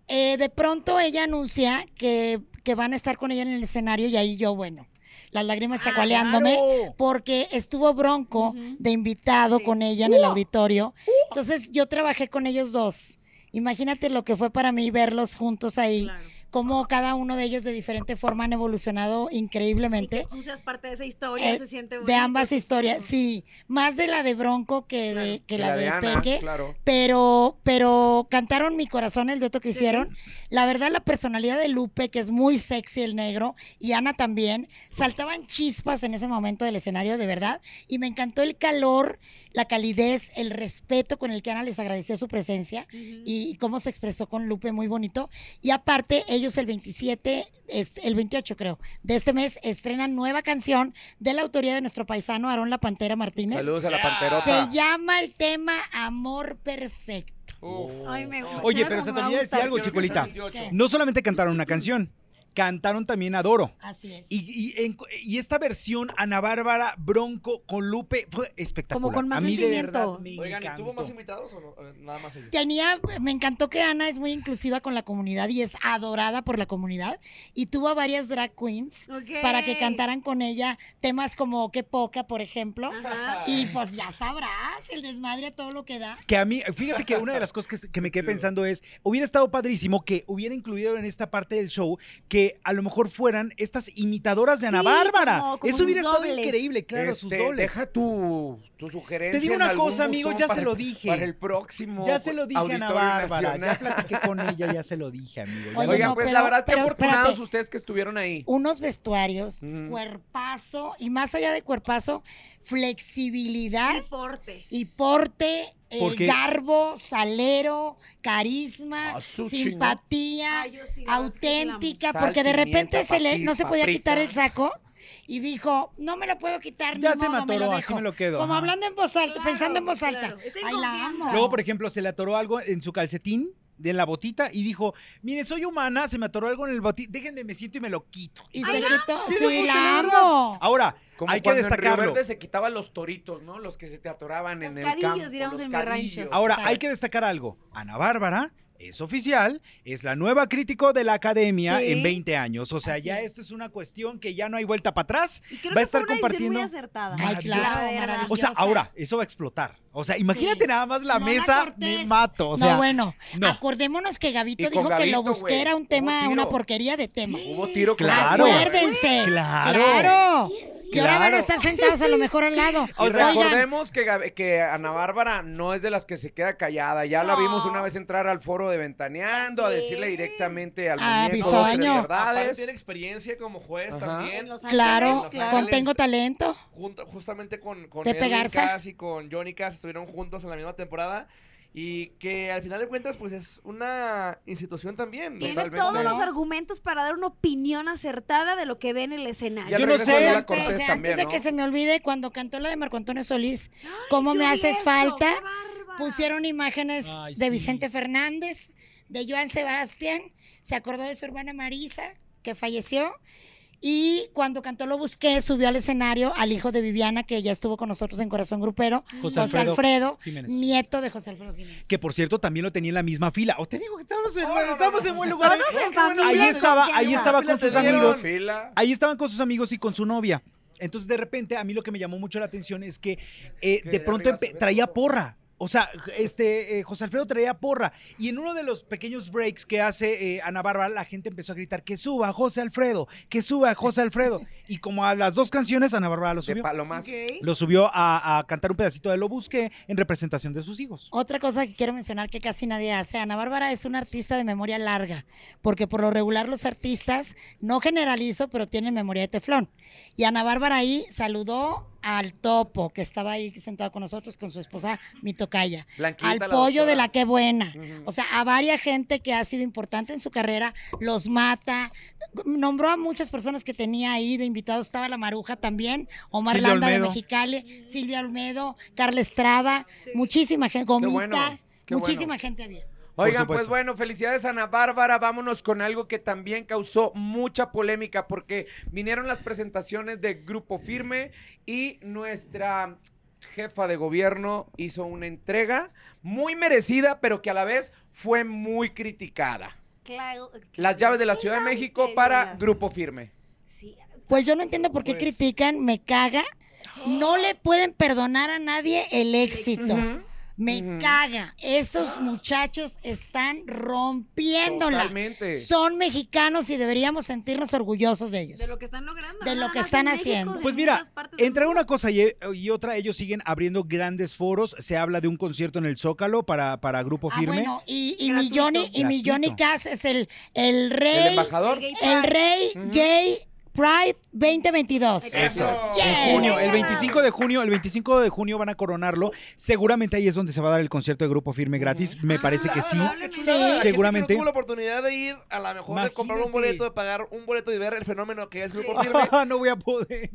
Speaker 1: Eh, de pronto ella anuncia que, que van a estar con ella en el escenario y ahí yo, bueno, las lágrimas
Speaker 3: Ah,
Speaker 1: chacualeándome.
Speaker 2: ¡Claro!
Speaker 1: Porque estuvo Bronco
Speaker 3: Ujú.
Speaker 1: de invitado
Speaker 3: Sí.
Speaker 1: con ella
Speaker 2: Uh.
Speaker 1: en el auditorio. Entonces yo trabajé con ellos dos. Imagínate lo que fue para mí verlos juntos ahí,
Speaker 3: Claro.
Speaker 1: cómo cada uno de ellos de diferente forma han evolucionado
Speaker 3: Y que
Speaker 1: increíblemente.
Speaker 3: tú seas parte de esa historia,
Speaker 1: Eh,
Speaker 3: se siente
Speaker 1: De
Speaker 3: bonito.
Speaker 1: ambas historias, sí, más de la de Bronco que, de, que
Speaker 4: Y
Speaker 1: la, de,
Speaker 4: Ana,
Speaker 1: Peque
Speaker 4: claro.
Speaker 1: pero, pero cantaron mi corazón el dueto que
Speaker 3: Sí.
Speaker 1: hicieron. La verdad, la personalidad de Lupe, que es muy sexy el negro, y Ana también, saltaban chispas en ese momento del escenario, de verdad. Y me encantó el calor, la calidez, el respeto con el que Ana les agradeció su presencia y, y cómo se expresó con Lupe, muy bonito. Y aparte, ellos el 27, este, el 28 creo, de este mes estrenan nueva canción de la autoría de nuestro paisano Aarón La Pantera Martínez.
Speaker 4: Saludos a la
Speaker 1: Se
Speaker 4: panterota.
Speaker 1: llama el tema Amor Perfecto.
Speaker 6: Uf.
Speaker 3: Ay, me gusta.
Speaker 2: Oye, pero se te
Speaker 3: me va a
Speaker 2: olvida decir
Speaker 3: gustar.
Speaker 2: algo,
Speaker 6: Yo creo que
Speaker 2: chicuelita.
Speaker 6: es el 28.
Speaker 1: ¿Qué?
Speaker 2: No solamente cantaron una canción, cantaron también Adoro.
Speaker 1: Así es.
Speaker 2: Y, y en- y esta versión, Ana Bárbara, Bronco, con Lupe, fue espectacular.
Speaker 3: Como con más
Speaker 2: A mí de
Speaker 3: sentimiento.
Speaker 2: verdad me
Speaker 6: Oigan, ¿y tuvo
Speaker 2: encantó.
Speaker 6: más invitados o no? Eh, Nada más ellos.
Speaker 1: Tenía, me encantó que Ana es muy inclusiva con la comunidad y es adorada por la comunidad. Y tuvo a varias drag queens
Speaker 3: Ok.
Speaker 1: para que cantaran con ella temas como Qué poca, por ejemplo.
Speaker 6: Ah,
Speaker 3: Ajá.
Speaker 1: Y pues ya sabrás, el desmadre a todo lo que da.
Speaker 2: Que a mí, fíjate que una de las cosas que, que me
Speaker 4: *laughs*
Speaker 2: quedé pensando es, hubiera estado padrísimo que hubiera incluido en esta parte del show que a lo mejor fueran estas imitadoras de Ana
Speaker 3: Sí,
Speaker 2: Bárbara.
Speaker 3: como- como
Speaker 2: Eso hubiera
Speaker 3: sus
Speaker 2: estado
Speaker 3: dobles.
Speaker 2: increíble, claro, sus
Speaker 4: Este,
Speaker 2: dobles.
Speaker 4: Deja tu, tu sugerencia.
Speaker 2: Te digo
Speaker 4: en
Speaker 2: una
Speaker 4: algún
Speaker 2: cosa, amigo,
Speaker 4: buzón
Speaker 2: ya se
Speaker 4: para-
Speaker 2: lo dije.
Speaker 4: Para el próximo.
Speaker 2: Ya se lo dije a Ana
Speaker 4: Auditorio
Speaker 2: Bárbara, ya
Speaker 4: Nacional.
Speaker 2: platiqué con ella, ya se lo dije, amigo. ya
Speaker 1: Oye,
Speaker 2: lo
Speaker 4: Oigan,
Speaker 1: no,
Speaker 4: pues la
Speaker 1: pero-
Speaker 4: verdad, qué
Speaker 1: pero
Speaker 4: afortunados
Speaker 1: espérate.
Speaker 4: ustedes que estuvieron
Speaker 2: Uh,
Speaker 4: ahí.
Speaker 1: Unos vestuarios,
Speaker 4: Mm.
Speaker 1: cuerpazo y más allá de cuerpazo, flexibilidad
Speaker 3: Y porte.
Speaker 1: y porte, eh,
Speaker 2: Porque- Ah,
Speaker 1: garbo, salero, carisma,
Speaker 4: A su
Speaker 1: simpatía.
Speaker 3: Ay, Ah, yo sí, la verdad es que sí la amo.
Speaker 1: auténtica,
Speaker 4: Sal,
Speaker 1: porque de
Speaker 4: pimienta,
Speaker 1: repente se le, no se
Speaker 4: papi-
Speaker 1: podía quitar el
Speaker 4: paprika.
Speaker 1: saco y dijo, no me lo puedo quitar,
Speaker 2: Ya
Speaker 1: ni
Speaker 2: se me
Speaker 1: modo, me
Speaker 2: atoró,
Speaker 1: lo
Speaker 2: así
Speaker 1: dejo.
Speaker 2: me lo quedo,
Speaker 1: Como
Speaker 2: ajá.
Speaker 1: hablando en voz alta,
Speaker 3: Claro,
Speaker 1: pensando en voz
Speaker 3: claro.
Speaker 1: alta.
Speaker 3: Está en
Speaker 1: Ay, la
Speaker 3: confianza.
Speaker 1: amo.
Speaker 2: Luego, por ejemplo, se le atoró algo en su calcetín, de la botita, y dijo, mire, soy humana, se me atoró algo en el botín, déjenme, me siento y me lo quito.
Speaker 1: y
Speaker 3: Ay,
Speaker 1: se
Speaker 3: la
Speaker 1: quitó,
Speaker 2: amo. Sí,
Speaker 1: sí,
Speaker 2: no,
Speaker 1: la
Speaker 2: porque la
Speaker 1: amo.
Speaker 2: Ahora,
Speaker 4: Como
Speaker 2: hay que
Speaker 4: cuando en Río
Speaker 2: destacarlo.
Speaker 4: Verde se quitaban los toritos, ¿no? Los que se te atoraban
Speaker 3: Los
Speaker 4: en el
Speaker 3: cadillos,
Speaker 4: campo.
Speaker 3: diríamos
Speaker 4: los
Speaker 3: en mi rancho.
Speaker 4: cadillos.
Speaker 2: Ahora,
Speaker 1: Exacto.
Speaker 2: hay que destacar algo. Ana Bárbara es oficial, es la nueva crítico de la academia
Speaker 3: Sí.
Speaker 2: en 20 años. O sea,
Speaker 3: Así
Speaker 2: ya
Speaker 3: es.
Speaker 2: esto es una cuestión que ya no hay vuelta para atrás.
Speaker 3: Y creo
Speaker 2: Va a
Speaker 3: que
Speaker 2: estar
Speaker 3: fue una
Speaker 2: compartiendo-
Speaker 3: Decisión muy acertada.
Speaker 1: Ay, claro,
Speaker 3: La verdad.
Speaker 1: maravilloso.
Speaker 2: O sea,
Speaker 3: Maravillosa.
Speaker 2: ahora, eso va a explotar. O sea, imagínate nada más
Speaker 1: No
Speaker 2: la
Speaker 1: la
Speaker 2: mesa,
Speaker 1: cortes.
Speaker 2: me mato. O sea,
Speaker 1: no, bueno,
Speaker 2: no.
Speaker 1: acordémonos que Gabito
Speaker 4: Y con
Speaker 1: dijo que lo
Speaker 4: Gabito,
Speaker 1: busqué
Speaker 4: güey,
Speaker 1: era un
Speaker 4: hubo
Speaker 1: tema, una
Speaker 4: tiro.
Speaker 1: porquería de tema.
Speaker 4: Hubo tiro,
Speaker 2: Claro.
Speaker 1: Acuérdense.
Speaker 2: Claro.
Speaker 1: Claro. Y ahora van
Speaker 4: Claro.
Speaker 1: a estar sentados a lo mejor al lado.
Speaker 4: Y
Speaker 2: *laughs* O sea,
Speaker 1: Oigan,
Speaker 4: recordemos que, Gab- que Ana Bárbara no es de las que se queda callada. Ya la
Speaker 3: No.
Speaker 4: vimos una vez entrar al foro de Ventaneando a decirle
Speaker 3: También.
Speaker 4: directamente al
Speaker 1: Ah,
Speaker 4: muñeco dos, tres
Speaker 1: bisoño.
Speaker 6: Aparte
Speaker 4: verdades.
Speaker 6: tiene experiencia como juez
Speaker 4: Ajá.
Speaker 3: En
Speaker 6: también.
Speaker 3: Los
Speaker 1: claro,
Speaker 3: Ángeles,
Speaker 6: claro.
Speaker 1: con Tengo Talento.
Speaker 6: junto- justamente con, con
Speaker 1: Pepe
Speaker 6: Edwin
Speaker 1: Garza.
Speaker 6: Cass y con Johnny Cass estuvieron juntos en la misma temporada. Y que al final de cuentas, pues es una institución también.
Speaker 3: Tiene
Speaker 6: Totalmente.
Speaker 3: todos los
Speaker 1: ¿no?
Speaker 3: argumentos para dar una opinión acertada de lo que ve en el escenario.
Speaker 4: Ya
Speaker 2: Yo no
Speaker 4: regresó
Speaker 2: sé,
Speaker 4: Lola
Speaker 1: Oigan, pero,
Speaker 4: Cortés
Speaker 1: o sea,
Speaker 4: también,
Speaker 1: antes de
Speaker 4: ¿no?
Speaker 1: que se me olvide, cuando cantó la de Marco Antonio Solís, ¿cómo me
Speaker 3: Yo vi
Speaker 1: haces
Speaker 3: eso,
Speaker 1: falta?
Speaker 3: qué bárbara.
Speaker 1: Pusieron imágenes
Speaker 2: Ay,
Speaker 1: de
Speaker 2: sí.
Speaker 1: Vicente Fernández, de Joan Sebastián, se acordó de su hermana Marisa, que falleció. Y cuando cantó Lo Busqué, subió al escenario al hijo de Viviana, que ya estuvo con nosotros en Corazón Grupero, José,
Speaker 2: José
Speaker 1: Alfredo,
Speaker 2: Alfredo Jiménez.
Speaker 1: nieto de José Alfredo Jiménez.
Speaker 2: Que por cierto, también lo tenía en la misma fila. O te digo que estamos en,
Speaker 6: No, no, no,
Speaker 2: estamos
Speaker 6: no.
Speaker 2: en buen lugar.
Speaker 3: Todos en
Speaker 2: Ahí
Speaker 3: familia.
Speaker 2: estaba, ahí
Speaker 3: confianza.
Speaker 2: estaba
Speaker 6: Fila
Speaker 2: con
Speaker 6: te
Speaker 2: sus
Speaker 6: dieron.
Speaker 2: amigos.
Speaker 4: Fila.
Speaker 2: Ahí estaban con sus amigos y con su novia. Entonces, de repente, a mí lo que me llamó mucho la atención es que eh,
Speaker 6: Que
Speaker 2: de
Speaker 6: de
Speaker 2: pronto
Speaker 6: arriba se
Speaker 2: empe-
Speaker 6: ve
Speaker 2: traía
Speaker 6: todo.
Speaker 2: porra. O sea, este eh, José Alfredo traía porra. Y en uno de los pequeños breaks que hace eh, Ana Bárbara, la gente empezó a gritar: ¡Que suba José Alfredo! ¡Que suba José Alfredo! Y como a las dos canciones, Ana Bárbara lo
Speaker 4: De
Speaker 2: subió.
Speaker 4: palomas.
Speaker 3: Ok.
Speaker 2: Lo subió a, a cantar un pedacito de Lo Busqué en representación de sus hijos.
Speaker 1: Otra cosa que quiero mencionar que casi nadie hace, Ana Bárbara es una artista de memoria larga, porque por lo regular los artistas, no generalizo, pero tienen memoria de teflón. Y Ana Bárbara ahí saludó al topo, que estaba ahí sentado con nosotros, con su esposa Mitocaya,
Speaker 4: Blanquita,
Speaker 1: al
Speaker 4: la
Speaker 1: pollo de
Speaker 4: doctora.
Speaker 1: la que buena.
Speaker 4: Ujú.
Speaker 1: O sea, a varias gente que ha sido importante en su carrera, los mata. Nombró a muchas personas que tenía ahí de invitados. Estaba la Maruja también, Omar
Speaker 2: Silvia
Speaker 1: Landa de
Speaker 2: Olmedo.
Speaker 1: Mexicali, Silvia Olmedo, Carla Estrada, muchísima gente, Gomita.
Speaker 4: bueno.
Speaker 6: Qué
Speaker 1: Muchísima
Speaker 6: bueno.
Speaker 1: gente había.
Speaker 4: Oigan, pues
Speaker 6: supuesto.
Speaker 4: bueno, felicidades a Ana Bárbara. Vámonos con algo que también causó mucha polémica porque vinieron las presentaciones de Grupo Firme y nuestra jefa de gobierno hizo una entrega muy merecida, pero que a la vez fue muy criticada.
Speaker 3: Claro.
Speaker 4: Las llaves de la Ciudad de
Speaker 3: Chinga,
Speaker 4: México
Speaker 3: pero
Speaker 4: para
Speaker 3: las-
Speaker 4: Grupo Firme.
Speaker 3: Sí,
Speaker 1: Pues yo no entiendo por qué
Speaker 6: Pues-
Speaker 1: critican, me caga. No le pueden perdonar a nadie el éxito.
Speaker 4: Ujú.
Speaker 1: Me
Speaker 4: Ujú.
Speaker 1: caga. Esos muchachos están rompiéndola.
Speaker 4: Totalmente.
Speaker 1: Son mexicanos y deberíamos sentirnos orgullosos de ellos. Ah,
Speaker 3: de lo que están logrando.
Speaker 1: De
Speaker 3: no
Speaker 1: lo
Speaker 3: nada
Speaker 1: que
Speaker 3: más
Speaker 1: están
Speaker 3: en México,
Speaker 1: haciendo.
Speaker 3: sino en
Speaker 2: Pues mira,
Speaker 3: muchas partes del
Speaker 2: Entre
Speaker 3: mundo.
Speaker 2: una cosa y, y otra, ellos siguen abriendo grandes foros. Se habla de un concierto en el Zócalo para, para Grupo
Speaker 1: Ah,
Speaker 2: Firme.
Speaker 1: bueno, y, y mi
Speaker 3: Gratuito.
Speaker 1: Johnny, y mi
Speaker 2: Gratuito.
Speaker 1: Johnny Cass es el, el
Speaker 4: El
Speaker 1: rey,
Speaker 4: embajador.
Speaker 3: El gay
Speaker 1: el
Speaker 3: pride.
Speaker 1: rey
Speaker 4: Ujú.
Speaker 1: gay Pride 2022.
Speaker 4: Eso.
Speaker 1: Yes.
Speaker 2: En junio, el
Speaker 3: Eso.
Speaker 2: 25 de junio, el 25 de junio van a coronarlo. Seguramente ahí es donde se va a dar el concierto de Grupo Firme gratis. Me
Speaker 3: Ah,
Speaker 2: parece que
Speaker 3: claro,
Speaker 2: sí.
Speaker 3: claro.
Speaker 2: Seguramente.
Speaker 6: Tuvo la oportunidad de ir, a lo mejor de comprar un
Speaker 2: Imagínate.
Speaker 6: boleto, de pagar un boleto y ver el fenómeno que es Grupo
Speaker 1: *laughs*
Speaker 2: *laughs*
Speaker 6: Firme.
Speaker 2: Ah, no voy a poder.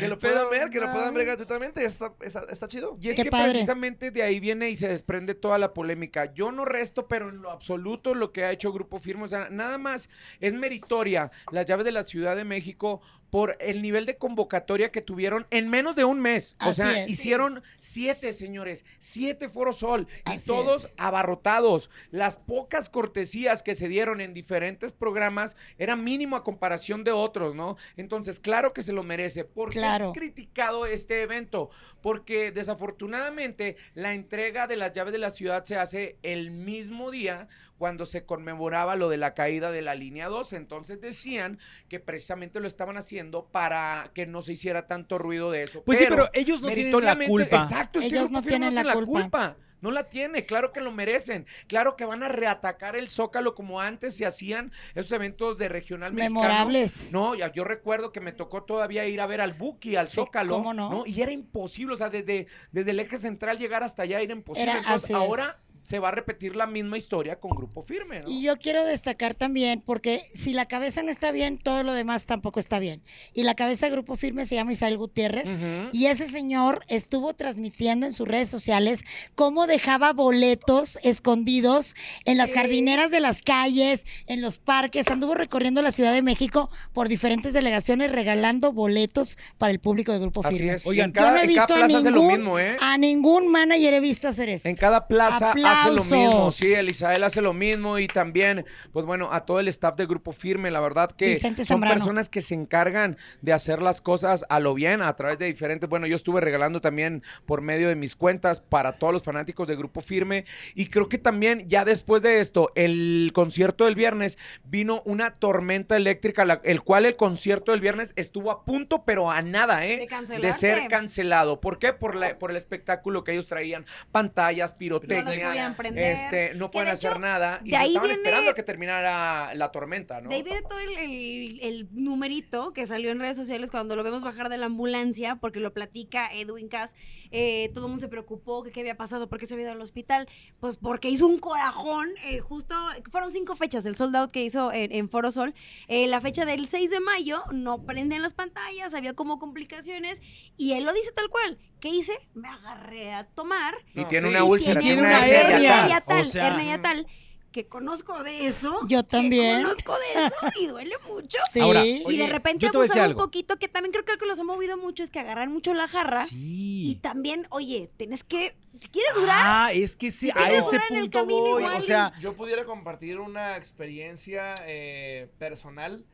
Speaker 6: Que lo puedan ver, que lo puedan ver gratuitamente. Está, está, está chido.
Speaker 4: Y es
Speaker 1: Qué
Speaker 4: que
Speaker 1: padre.
Speaker 4: precisamente de ahí viene y se desprende toda la polémica. Yo no resto, pero en lo absoluto lo que ha hecho Grupo Firme, o sea, nada más es meritoria las llaves de la Ciudad de México por el nivel de convocatoria que tuvieron en menos de un mes. O
Speaker 1: Así
Speaker 4: sea,
Speaker 1: es.
Speaker 4: hicieron siete, señores, siete Foro Sol y
Speaker 1: Así
Speaker 4: todos
Speaker 1: es.
Speaker 4: abarrotados. Las pocas cortesías que se dieron en diferentes programas era mínimo a comparación de otros, ¿no? Entonces, claro que se lo merece. porque
Speaker 1: Claro.
Speaker 4: es criticado este evento? porque desafortunadamente la entrega de las llaves de la ciudad se hace el mismo día cuando se conmemoraba lo de la caída de la línea 12. Entonces decían que precisamente lo estaban haciendo para que no se hiciera tanto ruido de eso.
Speaker 2: Pues sí, pero ellos no tienen la
Speaker 4: meritoriamente-
Speaker 2: culpa.
Speaker 4: Exacto, es que
Speaker 1: Ellos
Speaker 4: Grupo
Speaker 1: no
Speaker 4: Firme
Speaker 1: tienen la
Speaker 4: tiene
Speaker 1: culpa.
Speaker 4: No la tiene, claro que lo merecen. Claro que van a reatacar el Zócalo como antes se hacían esos eventos de regional mexicano.
Speaker 1: Memorables.
Speaker 4: No, ya- yo recuerdo que me tocó todavía ir a ver al Buki, al
Speaker 1: Sí,
Speaker 4: Zócalo.
Speaker 1: ¿cómo no?
Speaker 4: Y era imposible, o sea, desde, desde el eje central llegar hasta allá era imposible.
Speaker 1: Era-
Speaker 4: Entonces,
Speaker 1: así es.
Speaker 4: ahora se va a repetir la misma historia con Grupo Firme, ¿no?
Speaker 1: Y yo quiero destacar también, porque si la cabeza no está bien, todo lo demás tampoco está bien. Y la cabeza de Grupo Firme se llama Isael Gutiérrez.
Speaker 4: Ujú.
Speaker 1: Y ese señor estuvo transmitiendo en sus redes sociales cómo dejaba boletos escondidos en las jardineras de las calles, en los parques. Anduvo recorriendo la Ciudad de México por diferentes delegaciones regalando boletos para el público de Grupo
Speaker 4: Así
Speaker 1: Firme.
Speaker 4: es.
Speaker 2: Oigan,
Speaker 4: en cada,
Speaker 1: yo no he
Speaker 4: en cada
Speaker 1: visto a
Speaker 4: plaza hace lo
Speaker 1: ningún-
Speaker 4: mismo, ¿eh?
Speaker 1: A ningún manager he visto hacer eso.
Speaker 4: En cada plaza hace lo mismo,
Speaker 1: ¡Aplausos!
Speaker 4: sí, Elisael hace lo mismo y también, pues bueno, a todo el staff de Grupo Firme, la verdad que
Speaker 1: Vicente
Speaker 4: son
Speaker 1: Zambrano.
Speaker 4: personas que se encargan de hacer las cosas a lo bien, a través de diferentes, bueno, yo estuve regalando también por medio de mis cuentas para todos los fanáticos de Grupo Firme y creo que también ya después de esto, el concierto del viernes vino una tormenta eléctrica, la- el cual el concierto del viernes estuvo a punto, pero a nada, ¿eh?
Speaker 3: De
Speaker 4: de ser
Speaker 3: cancelarse.
Speaker 4: cancelado. ¿Por qué? Por, la- por el espectáculo que ellos traían, pantallas, pirotecnia.
Speaker 3: No las podían prender.
Speaker 4: Este, no
Speaker 3: Que
Speaker 4: pueden
Speaker 3: de
Speaker 4: hacer
Speaker 3: hecho,
Speaker 4: nada. Y se
Speaker 3: de ahí
Speaker 4: estaban
Speaker 3: viene-
Speaker 4: esperando a que terminara la tormenta, ¿no?
Speaker 3: De ahí viene todo el, el- el numerito que salió en redes sociales cuando lo vemos bajar de la ambulancia, porque lo platica Edwin Cass. eh, todo el mundo se preocupó que qué había pasado, por qué se había ido al hospital. Pues porque hizo un corajón, eh, justo, fueron cinco fechas el sold out que hizo en, en Foro Sol. Eh, la fecha del 6 de mayo, no prenden las pantallas, había como complicaciones, y él lo dice tal cual. ¿Qué hice? Me agarré a tomar
Speaker 4: Y
Speaker 6: No,
Speaker 4: tiene
Speaker 6: sí.
Speaker 4: una
Speaker 6: Y
Speaker 4: úlcera,
Speaker 2: tiene
Speaker 4: tiene
Speaker 2: una
Speaker 4: una hernia.
Speaker 2: hernia.
Speaker 3: hernia tal,
Speaker 2: O sea,
Speaker 3: hernia tal, que conozco de eso.
Speaker 1: Yo
Speaker 3: que
Speaker 1: también.
Speaker 3: conozco de eso
Speaker 1: *laughs*
Speaker 3: y duele mucho.
Speaker 1: Sí.
Speaker 2: Ahora,
Speaker 3: y
Speaker 2: Oye,
Speaker 3: de repente
Speaker 2: yo te voy a decir
Speaker 3: abusar un
Speaker 2: algo.
Speaker 3: poquito, que también creo que lo que los ha movido mucho es que agarran mucho la jarra. Y
Speaker 2: Sí.
Speaker 3: también, oye, tienes que, si quieres durar,
Speaker 2: Ah, es que sí,
Speaker 3: Si
Speaker 2: a
Speaker 3: quieres
Speaker 2: ese
Speaker 3: durar en el
Speaker 2: punto
Speaker 3: camino
Speaker 2: voy.
Speaker 3: igual
Speaker 2: O sea,
Speaker 6: Yo pudiera compartir una experiencia eh, personal.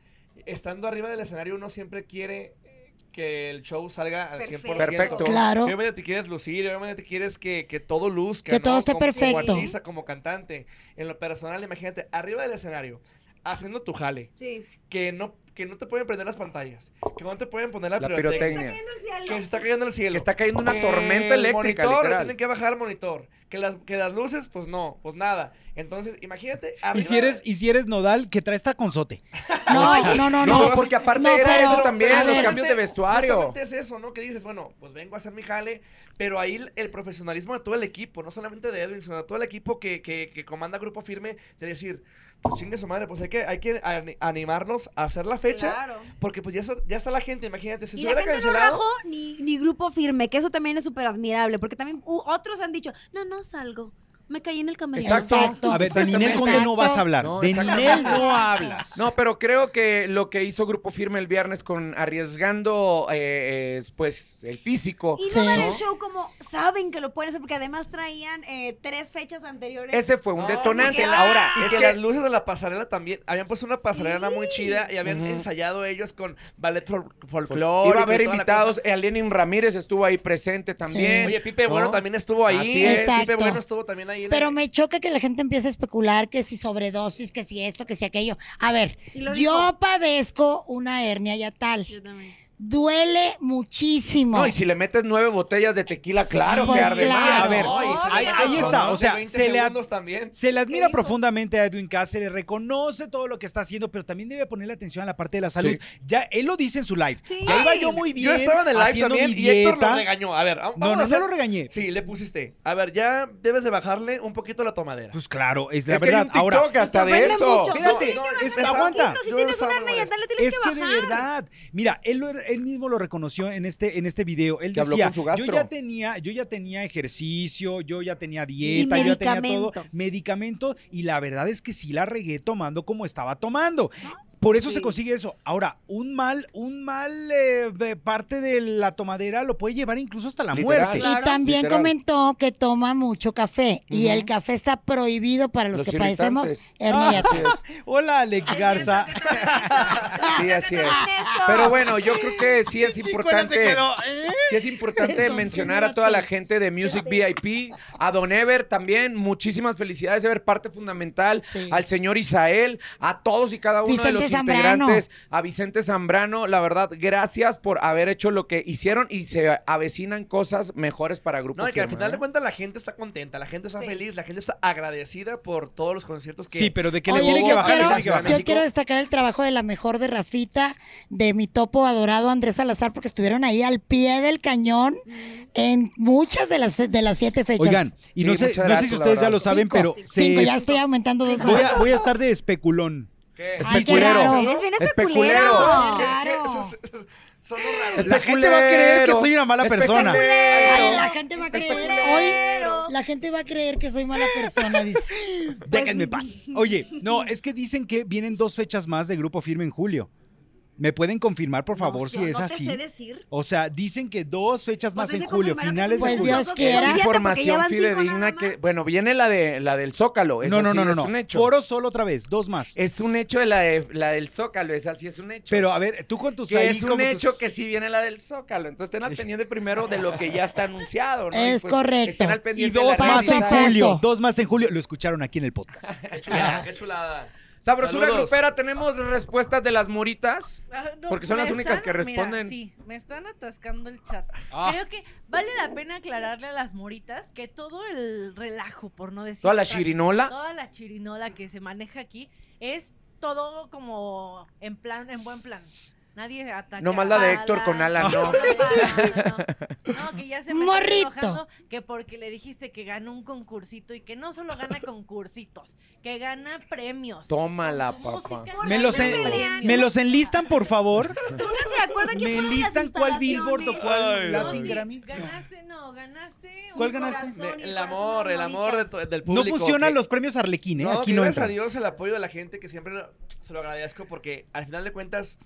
Speaker 6: Estando arriba del escenario, uno siempre quiere eh, que el show salga al 100%.
Speaker 4: Perfecto.
Speaker 1: Claro.
Speaker 6: Obviamente te quieres lucir, obviamente quieres que, que todo luzca.
Speaker 1: Que
Speaker 6: ¿no?
Speaker 1: todo esté
Speaker 6: como,
Speaker 1: perfecto.
Speaker 6: Como artista, como cantante. En lo personal, imagínate, arriba del escenario, haciendo tu jale,
Speaker 2: Ah.
Speaker 3: sí.
Speaker 6: que no, que no te pueden prender las pantallas, que no te pueden poner la,
Speaker 4: La
Speaker 6: pirotecnia,
Speaker 4: pirotecnia.
Speaker 3: Viendo el cielo.
Speaker 6: que se está cayendo al cielo.
Speaker 4: Que está cayendo una
Speaker 6: que
Speaker 4: tormenta
Speaker 6: el
Speaker 4: eléctrica,
Speaker 6: monitor, le
Speaker 4: literal.
Speaker 6: tienen que bajar el monitor. Que las, que las luces, pues no, pues nada. Entonces, imagínate.
Speaker 2: y
Speaker 6: arriba-
Speaker 2: si eres, y si eres nodal, que traes taconzote.
Speaker 1: No, no, no,
Speaker 4: No,
Speaker 1: no.
Speaker 4: porque aparte
Speaker 1: No,
Speaker 4: era
Speaker 1: pero-
Speaker 4: eso también,
Speaker 1: a
Speaker 4: los
Speaker 1: ver.
Speaker 4: cambios de vestuario.
Speaker 6: Justamente es eso, ¿no? Que dices, bueno, pues vengo a hacer mi jale, pero ahí el, el profesionalismo de todo el equipo, no solamente de Edwin, sino de todo el equipo que, que, que comanda Grupo Firme, de decir, pues chingue su madre, pues hay que, hay que ani- animarnos a hacer la fecha,
Speaker 3: Claro.
Speaker 6: porque pues ya está, ya está la gente, imagínate, si
Speaker 3: Y
Speaker 6: se
Speaker 3: la
Speaker 6: hubiera
Speaker 3: gente no
Speaker 6: cancelado...
Speaker 3: rajó ni, ni grupo firme, que eso también es súper admirable, porque también u- otros han dicho, no, no, apenas salgo. Me caí en el camellón.
Speaker 4: Exacto.
Speaker 2: A ver, de Ninel
Speaker 1: Exacto.
Speaker 2: Conde no vas a hablar.
Speaker 4: No,
Speaker 2: de
Speaker 4: exactamente.
Speaker 2: Ninel no hablas.
Speaker 4: No, pero creo que lo que hizo Grupo Firme el viernes con arriesgando eh, eh, pues el físico.
Speaker 3: Y no
Speaker 1: Sí.
Speaker 3: dar
Speaker 4: ¿No?
Speaker 3: el show como saben que lo pueden hacer, porque además traían eh, tres fechas anteriores.
Speaker 4: Ese fue un
Speaker 6: No,
Speaker 4: detonante.
Speaker 6: porque-
Speaker 4: Ahora,
Speaker 6: Y
Speaker 4: es
Speaker 6: que,
Speaker 4: que
Speaker 6: las luces de la pasarela también. Habían puesto una pasarela muy chida y habían
Speaker 4: Ujú.
Speaker 6: ensayado ellos con ballet fol- folclórico.
Speaker 4: iba a haber
Speaker 6: y toda la
Speaker 4: invitados.
Speaker 6: cosa.
Speaker 4: eh, Lenin Ramírez estuvo ahí presente también.
Speaker 6: Oye, Pipe
Speaker 4: ¿no?
Speaker 6: Bueno también estuvo ahí.
Speaker 4: Así es.
Speaker 6: Pipe
Speaker 1: Exacto.
Speaker 6: Bueno estuvo también ahí. en
Speaker 1: Pero
Speaker 6: el-
Speaker 1: me choca que la gente empiece a especular que si sobredosis, que si esto, que si aquello. A ver,
Speaker 3: Y lo
Speaker 1: yo
Speaker 3: dijo.
Speaker 1: padezco una hernia yatal.
Speaker 3: Yo también.
Speaker 1: Duele muchísimo.
Speaker 4: No, y si le metes nueve botellas de tequila, claro
Speaker 1: pues
Speaker 4: que arde más.
Speaker 1: claro.
Speaker 2: Ah, A ver,
Speaker 6: No, y
Speaker 2: ahí-
Speaker 6: salieron
Speaker 2: ahí
Speaker 6: con
Speaker 2: está. O
Speaker 6: 11,
Speaker 2: sea,
Speaker 6: 20
Speaker 2: se le, ha-
Speaker 6: segundos también.
Speaker 2: Se le admira
Speaker 3: dijo?
Speaker 2: profundamente a Edwin Cass, se le reconoce todo lo que está haciendo, pero también debe ponerle atención a la parte de la salud.
Speaker 4: Sí.
Speaker 2: Ya, él lo dice en su live.
Speaker 3: Sí.
Speaker 2: Ya iba yo muy bien.
Speaker 6: Yo estaba en el live
Speaker 2: haciendo
Speaker 6: también
Speaker 2: mi
Speaker 6: y Héctor
Speaker 2: dieta.
Speaker 6: lo regañó. A ver, vamos
Speaker 2: No,
Speaker 6: a
Speaker 2: no, no
Speaker 6: hacer-
Speaker 2: lo regañé.
Speaker 6: Sí, le pusiste. A ver, ya debes de bajarle un poquito la tomadera.
Speaker 2: Pues claro, es la
Speaker 4: Es que hay
Speaker 2: verdad.
Speaker 4: un
Speaker 2: Ahora,
Speaker 4: TikTok hasta de
Speaker 3: ofenden
Speaker 4: eso.
Speaker 3: mucho.
Speaker 2: Espérate,
Speaker 6: No, no,
Speaker 2: es-
Speaker 6: me estaba-
Speaker 2: aguanta.
Speaker 3: Poquito, si
Speaker 6: Yo
Speaker 3: tienes
Speaker 6: estaba
Speaker 3: una hernia
Speaker 6: molesto.
Speaker 3: yatal, le tienes
Speaker 2: es que,
Speaker 3: que
Speaker 2: de
Speaker 3: bajar.
Speaker 2: verdad, mira, él, lo- er, él mismo lo reconoció en este, en este video. Él
Speaker 4: Que habló
Speaker 2: decía,
Speaker 4: con su gastro.
Speaker 2: yo ya tenía, yo ya tenía ejercicio, yo ya tenía dieta,
Speaker 1: Y
Speaker 2: yo ya tenía todo,
Speaker 1: medicamento.
Speaker 2: medicamento, y la verdad es que sí la regué tomando como estaba tomando. Por eso se
Speaker 3: Sí.
Speaker 2: consigue eso. Ahora, un mal, un mal eh, de parte de la tomadera lo puede llevar incluso hasta la
Speaker 4: Literal.
Speaker 2: muerte.
Speaker 1: Y también
Speaker 4: Literal.
Speaker 1: comentó que toma mucho café y
Speaker 4: Ujú.
Speaker 1: el café está prohibido para los,
Speaker 4: Los
Speaker 1: que padecemos
Speaker 4: irritantes.
Speaker 1: hernia
Speaker 4: Ah, Así
Speaker 2: Ah,
Speaker 1: yatal.
Speaker 4: es.
Speaker 2: Hola, Alex Garza.
Speaker 4: Sí, así es.
Speaker 3: Eso.
Speaker 4: Pero bueno, yo creo que sí es
Speaker 6: Chicuela se
Speaker 4: importante.
Speaker 6: quedó, ¿eh?
Speaker 4: Sí es importante
Speaker 1: Perdón,
Speaker 4: mencionar a toda la gente de Music VIP, a Don Ever también, muchísimas felicidades, Ever, parte fundamental,
Speaker 1: Sí.
Speaker 4: al señor Isael, a todos y cada uno de
Speaker 1: Vicente
Speaker 4: los
Speaker 1: Zambrano.
Speaker 4: integrantes, a Vicente Zambrano, la verdad, gracias por haber hecho lo que hicieron y se avecinan cosas mejores para Grupo
Speaker 6: No, y que al
Speaker 4: Firme,
Speaker 6: final de
Speaker 4: ¿eh?
Speaker 6: cuentas la gente está contenta, la gente está
Speaker 3: Sí.
Speaker 6: feliz, la gente está agradecida por todos los conciertos que...
Speaker 2: Sí, pero de que
Speaker 1: Oye,
Speaker 2: le tiene que
Speaker 1: yo
Speaker 2: bajar, le
Speaker 1: quiero-
Speaker 2: tiene que bajar.
Speaker 1: Yo quiero destacar el trabajo de la mejor de Rafita, de mi topo adorado Andrés Salazar, porque estuvieron ahí al pie del cañón en muchas de las, de las siete fechas.
Speaker 2: Oigan, y
Speaker 4: Sí,
Speaker 2: no, sé,
Speaker 4: muchas
Speaker 2: no sé si
Speaker 4: gracias, la
Speaker 2: ustedes ya
Speaker 4: verdad.
Speaker 2: lo saben,
Speaker 1: Cinco.
Speaker 2: pero se-
Speaker 1: Cinco, ya estoy aumentando dos
Speaker 2: voy,
Speaker 1: más.
Speaker 2: a, voy a estar de especulón.
Speaker 6: ¿Qué?
Speaker 1: Ay, qué
Speaker 4: Especulero.
Speaker 1: raro.
Speaker 3: Eres bien
Speaker 4: Especulero.
Speaker 3: especulero.
Speaker 6: ¿Qué- qué?
Speaker 1: claro.
Speaker 6: Eso es- eso es- Son los raros.
Speaker 4: Espe-
Speaker 2: La gente va a creer que soy una mala
Speaker 6: Este
Speaker 2: persona.
Speaker 1: Ay,
Speaker 4: Especulero.
Speaker 1: la gente va a creer. Hoy, la gente va a creer que soy mala persona, dice.
Speaker 2: Déjenme en paz. Oye, no, es que dicen que vienen dos fechas más de Grupo Firme en julio. ¿Me pueden confirmar, por favor,
Speaker 3: No,
Speaker 2: si
Speaker 3: yo
Speaker 2: es
Speaker 3: no
Speaker 2: así?
Speaker 3: te sé decir. O
Speaker 2: O sea, dicen que dos fechas
Speaker 3: sea,
Speaker 2: más en
Speaker 3: se
Speaker 2: julio,
Speaker 3: confirmaron
Speaker 2: finales
Speaker 3: que
Speaker 1: Pues
Speaker 2: de
Speaker 3: son
Speaker 2: julio.
Speaker 1: Dios
Speaker 3: dos,
Speaker 1: quiera.
Speaker 3: son siete, porque ya
Speaker 4: Información
Speaker 3: van cinco
Speaker 4: fidedigna
Speaker 3: nada
Speaker 4: que,
Speaker 3: más.
Speaker 4: bueno, viene la de la del Zócalo, esa
Speaker 2: No, no,
Speaker 4: sí
Speaker 2: no, no,
Speaker 4: Pues es un
Speaker 2: no.
Speaker 4: hecho.
Speaker 2: Foro solo otra vez, dos más.
Speaker 4: Es un hecho de la de- la del Zócalo, esa sí es un hecho.
Speaker 2: Pero a ver, tú con tus
Speaker 4: pues, que
Speaker 2: ahí
Speaker 4: es un
Speaker 2: como tus-
Speaker 4: hecho que sí viene la del Zócalo. Entonces estén al
Speaker 2: Es-
Speaker 4: pendiente primero de lo que ya está anunciado, ¿no? pues,
Speaker 1: Es correcto.
Speaker 4: Estén al
Speaker 2: y
Speaker 4: pendiente de
Speaker 2: dos
Speaker 4: las
Speaker 2: más en
Speaker 1: paso a
Speaker 4: redes.
Speaker 2: julio,
Speaker 1: paso.
Speaker 2: dos más en julio. Lo escucharon aquí en el podcast.
Speaker 6: Qué chulada, qué chulada.
Speaker 4: Sabrosura
Speaker 6: Saludos.
Speaker 4: grupera, tenemos respuestas de las muritas.
Speaker 5: Ah, no,
Speaker 4: Porque son las
Speaker 5: me
Speaker 4: únicas
Speaker 5: están-
Speaker 4: que
Speaker 5: mira,
Speaker 4: responden.
Speaker 5: sí, me están atascando el chat.
Speaker 2: Ah.
Speaker 5: Creo que vale la pena aclararle a las moritas que todo el relajo, por no decir
Speaker 4: Toda la
Speaker 5: otra-
Speaker 4: chirinola.
Speaker 5: toda la chirinola que se maneja aquí es todo como en plan, en buen plan. Nadie ataca.
Speaker 4: Nomás la de Héctor con Alan, no.
Speaker 5: no. No, que ya se me está
Speaker 1: Morrito.
Speaker 5: enojando que porque le dijiste que ganó un concursito y que no solo gana concursitos, que gana premios.
Speaker 4: Tómala,
Speaker 5: Con su
Speaker 4: papá.
Speaker 5: música
Speaker 2: Me
Speaker 5: gana
Speaker 2: los, en-
Speaker 5: premios.
Speaker 2: me los enlistan, por favor.
Speaker 3: Pónganse de acuerdo quién
Speaker 2: Me
Speaker 3: fueron las
Speaker 2: enlistan cuál billboard o
Speaker 3: instalaciones.
Speaker 2: cuál
Speaker 6: Ay,
Speaker 5: No,
Speaker 2: Latin
Speaker 5: sí,
Speaker 2: Grammy.
Speaker 5: Ganaste, no, ganaste. un
Speaker 2: ¿Cuál ganaste?
Speaker 5: corazón y
Speaker 6: El
Speaker 5: corazón
Speaker 6: amor, el amor de
Speaker 5: ahorita.
Speaker 6: to- del
Speaker 2: No
Speaker 6: público.
Speaker 2: funcionan
Speaker 6: que-
Speaker 2: los premios Arlequín, ¿eh?
Speaker 6: No,
Speaker 2: Aquí
Speaker 6: aquí
Speaker 2: no
Speaker 6: gracias
Speaker 2: entra.
Speaker 6: a Dios el apoyo de la gente que siempre lo- se lo agradezco porque al final de cuentas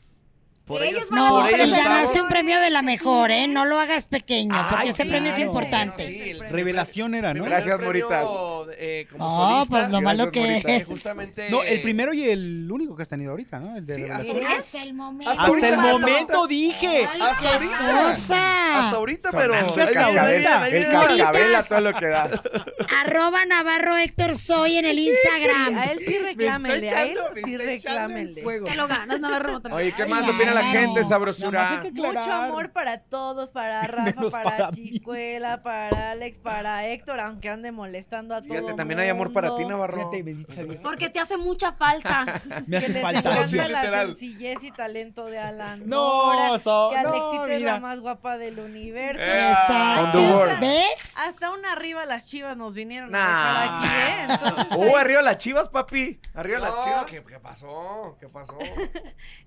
Speaker 6: por
Speaker 3: Ellos
Speaker 6: ellos,
Speaker 3: van a
Speaker 1: No,
Speaker 6: por
Speaker 3: comprar
Speaker 1: y
Speaker 6: ellos
Speaker 3: el
Speaker 6: estamos.
Speaker 1: ganaste un premio de la mejor, ¿eh? No lo hagas pequeño, porque
Speaker 2: Ay,
Speaker 1: ese premio es
Speaker 2: claro.
Speaker 1: importante.
Speaker 6: Sí, el-
Speaker 2: Revelación era, ¿no?
Speaker 6: primer
Speaker 4: Gracias,
Speaker 6: premio,
Speaker 4: Moritas.
Speaker 6: eh, como
Speaker 1: No,
Speaker 6: solista,
Speaker 1: pues, lo
Speaker 6: gracias,
Speaker 1: malo que
Speaker 6: Moritas,
Speaker 1: es.
Speaker 6: justamente,
Speaker 2: No, el
Speaker 6: eh,
Speaker 2: primero y el único que has tenido ahorita, ¿no? El de
Speaker 6: Sí,
Speaker 2: Revelación.
Speaker 6: ahorita.
Speaker 1: Hasta el momento.
Speaker 6: Hasta
Speaker 2: Hasta el
Speaker 6: ahorita,
Speaker 2: momento
Speaker 6: ahorita.
Speaker 2: dije.
Speaker 1: Ay,
Speaker 6: Hasta
Speaker 1: qué
Speaker 6: ahorita.
Speaker 1: cosa.
Speaker 6: Hasta ahorita, pero.
Speaker 4: Sonando
Speaker 2: ahí
Speaker 4: el
Speaker 2: viene, ahí
Speaker 4: cascabel,
Speaker 2: viene,
Speaker 6: ahí
Speaker 4: el
Speaker 6: viene.
Speaker 4: cascabel a todo lo que da.
Speaker 1: Arroba Navarro Héctor Soy en el
Speaker 5: A
Speaker 1: Instagram.
Speaker 5: él sí reclámele, a él
Speaker 6: echando- me
Speaker 5: sí
Speaker 6: está echando en
Speaker 5: reclámele.
Speaker 3: Te lo ganas, no me otra
Speaker 4: Oye,
Speaker 3: vez.
Speaker 4: ¿qué
Speaker 1: Ay,
Speaker 4: más opina la
Speaker 1: claro.
Speaker 4: gente,
Speaker 2: Nada más
Speaker 4: sabrosura?
Speaker 2: hay que-
Speaker 5: Mucho
Speaker 2: Aclarar.
Speaker 5: amor para todos,
Speaker 2: *laughs*
Speaker 5: para Rafa,
Speaker 2: Menos
Speaker 5: para,
Speaker 2: para mí.
Speaker 5: Chicuela, para Alex, para Héctor, aunque ande molestando a todos.
Speaker 4: Fíjate, también hay amor para ti, Navarro.
Speaker 2: Fíjate, bendito sea Dios.
Speaker 3: Porque te hace mucha
Speaker 2: *laughs*
Speaker 3: falta.
Speaker 2: Me hace
Speaker 5: les
Speaker 2: falta.
Speaker 5: encanta la
Speaker 6: Literal.
Speaker 5: sencillez y talento de Alan.
Speaker 2: No,
Speaker 5: Mora,
Speaker 2: so-
Speaker 5: que
Speaker 2: no,
Speaker 5: Alexita es la
Speaker 2: mira.
Speaker 5: más guapa del universo.
Speaker 4: On the
Speaker 1: Exacto.
Speaker 4: world.
Speaker 1: ¿Ves?
Speaker 5: Hasta una arriba las chivas nos vinieron
Speaker 4: Nah.
Speaker 5: a dejar aquí, ¿eh? Entonces,
Speaker 4: Uh, arriba las chivas, papi. Arriba
Speaker 6: No,
Speaker 4: las chivas.
Speaker 6: ¿qué, qué pasó? ¿Qué pasó?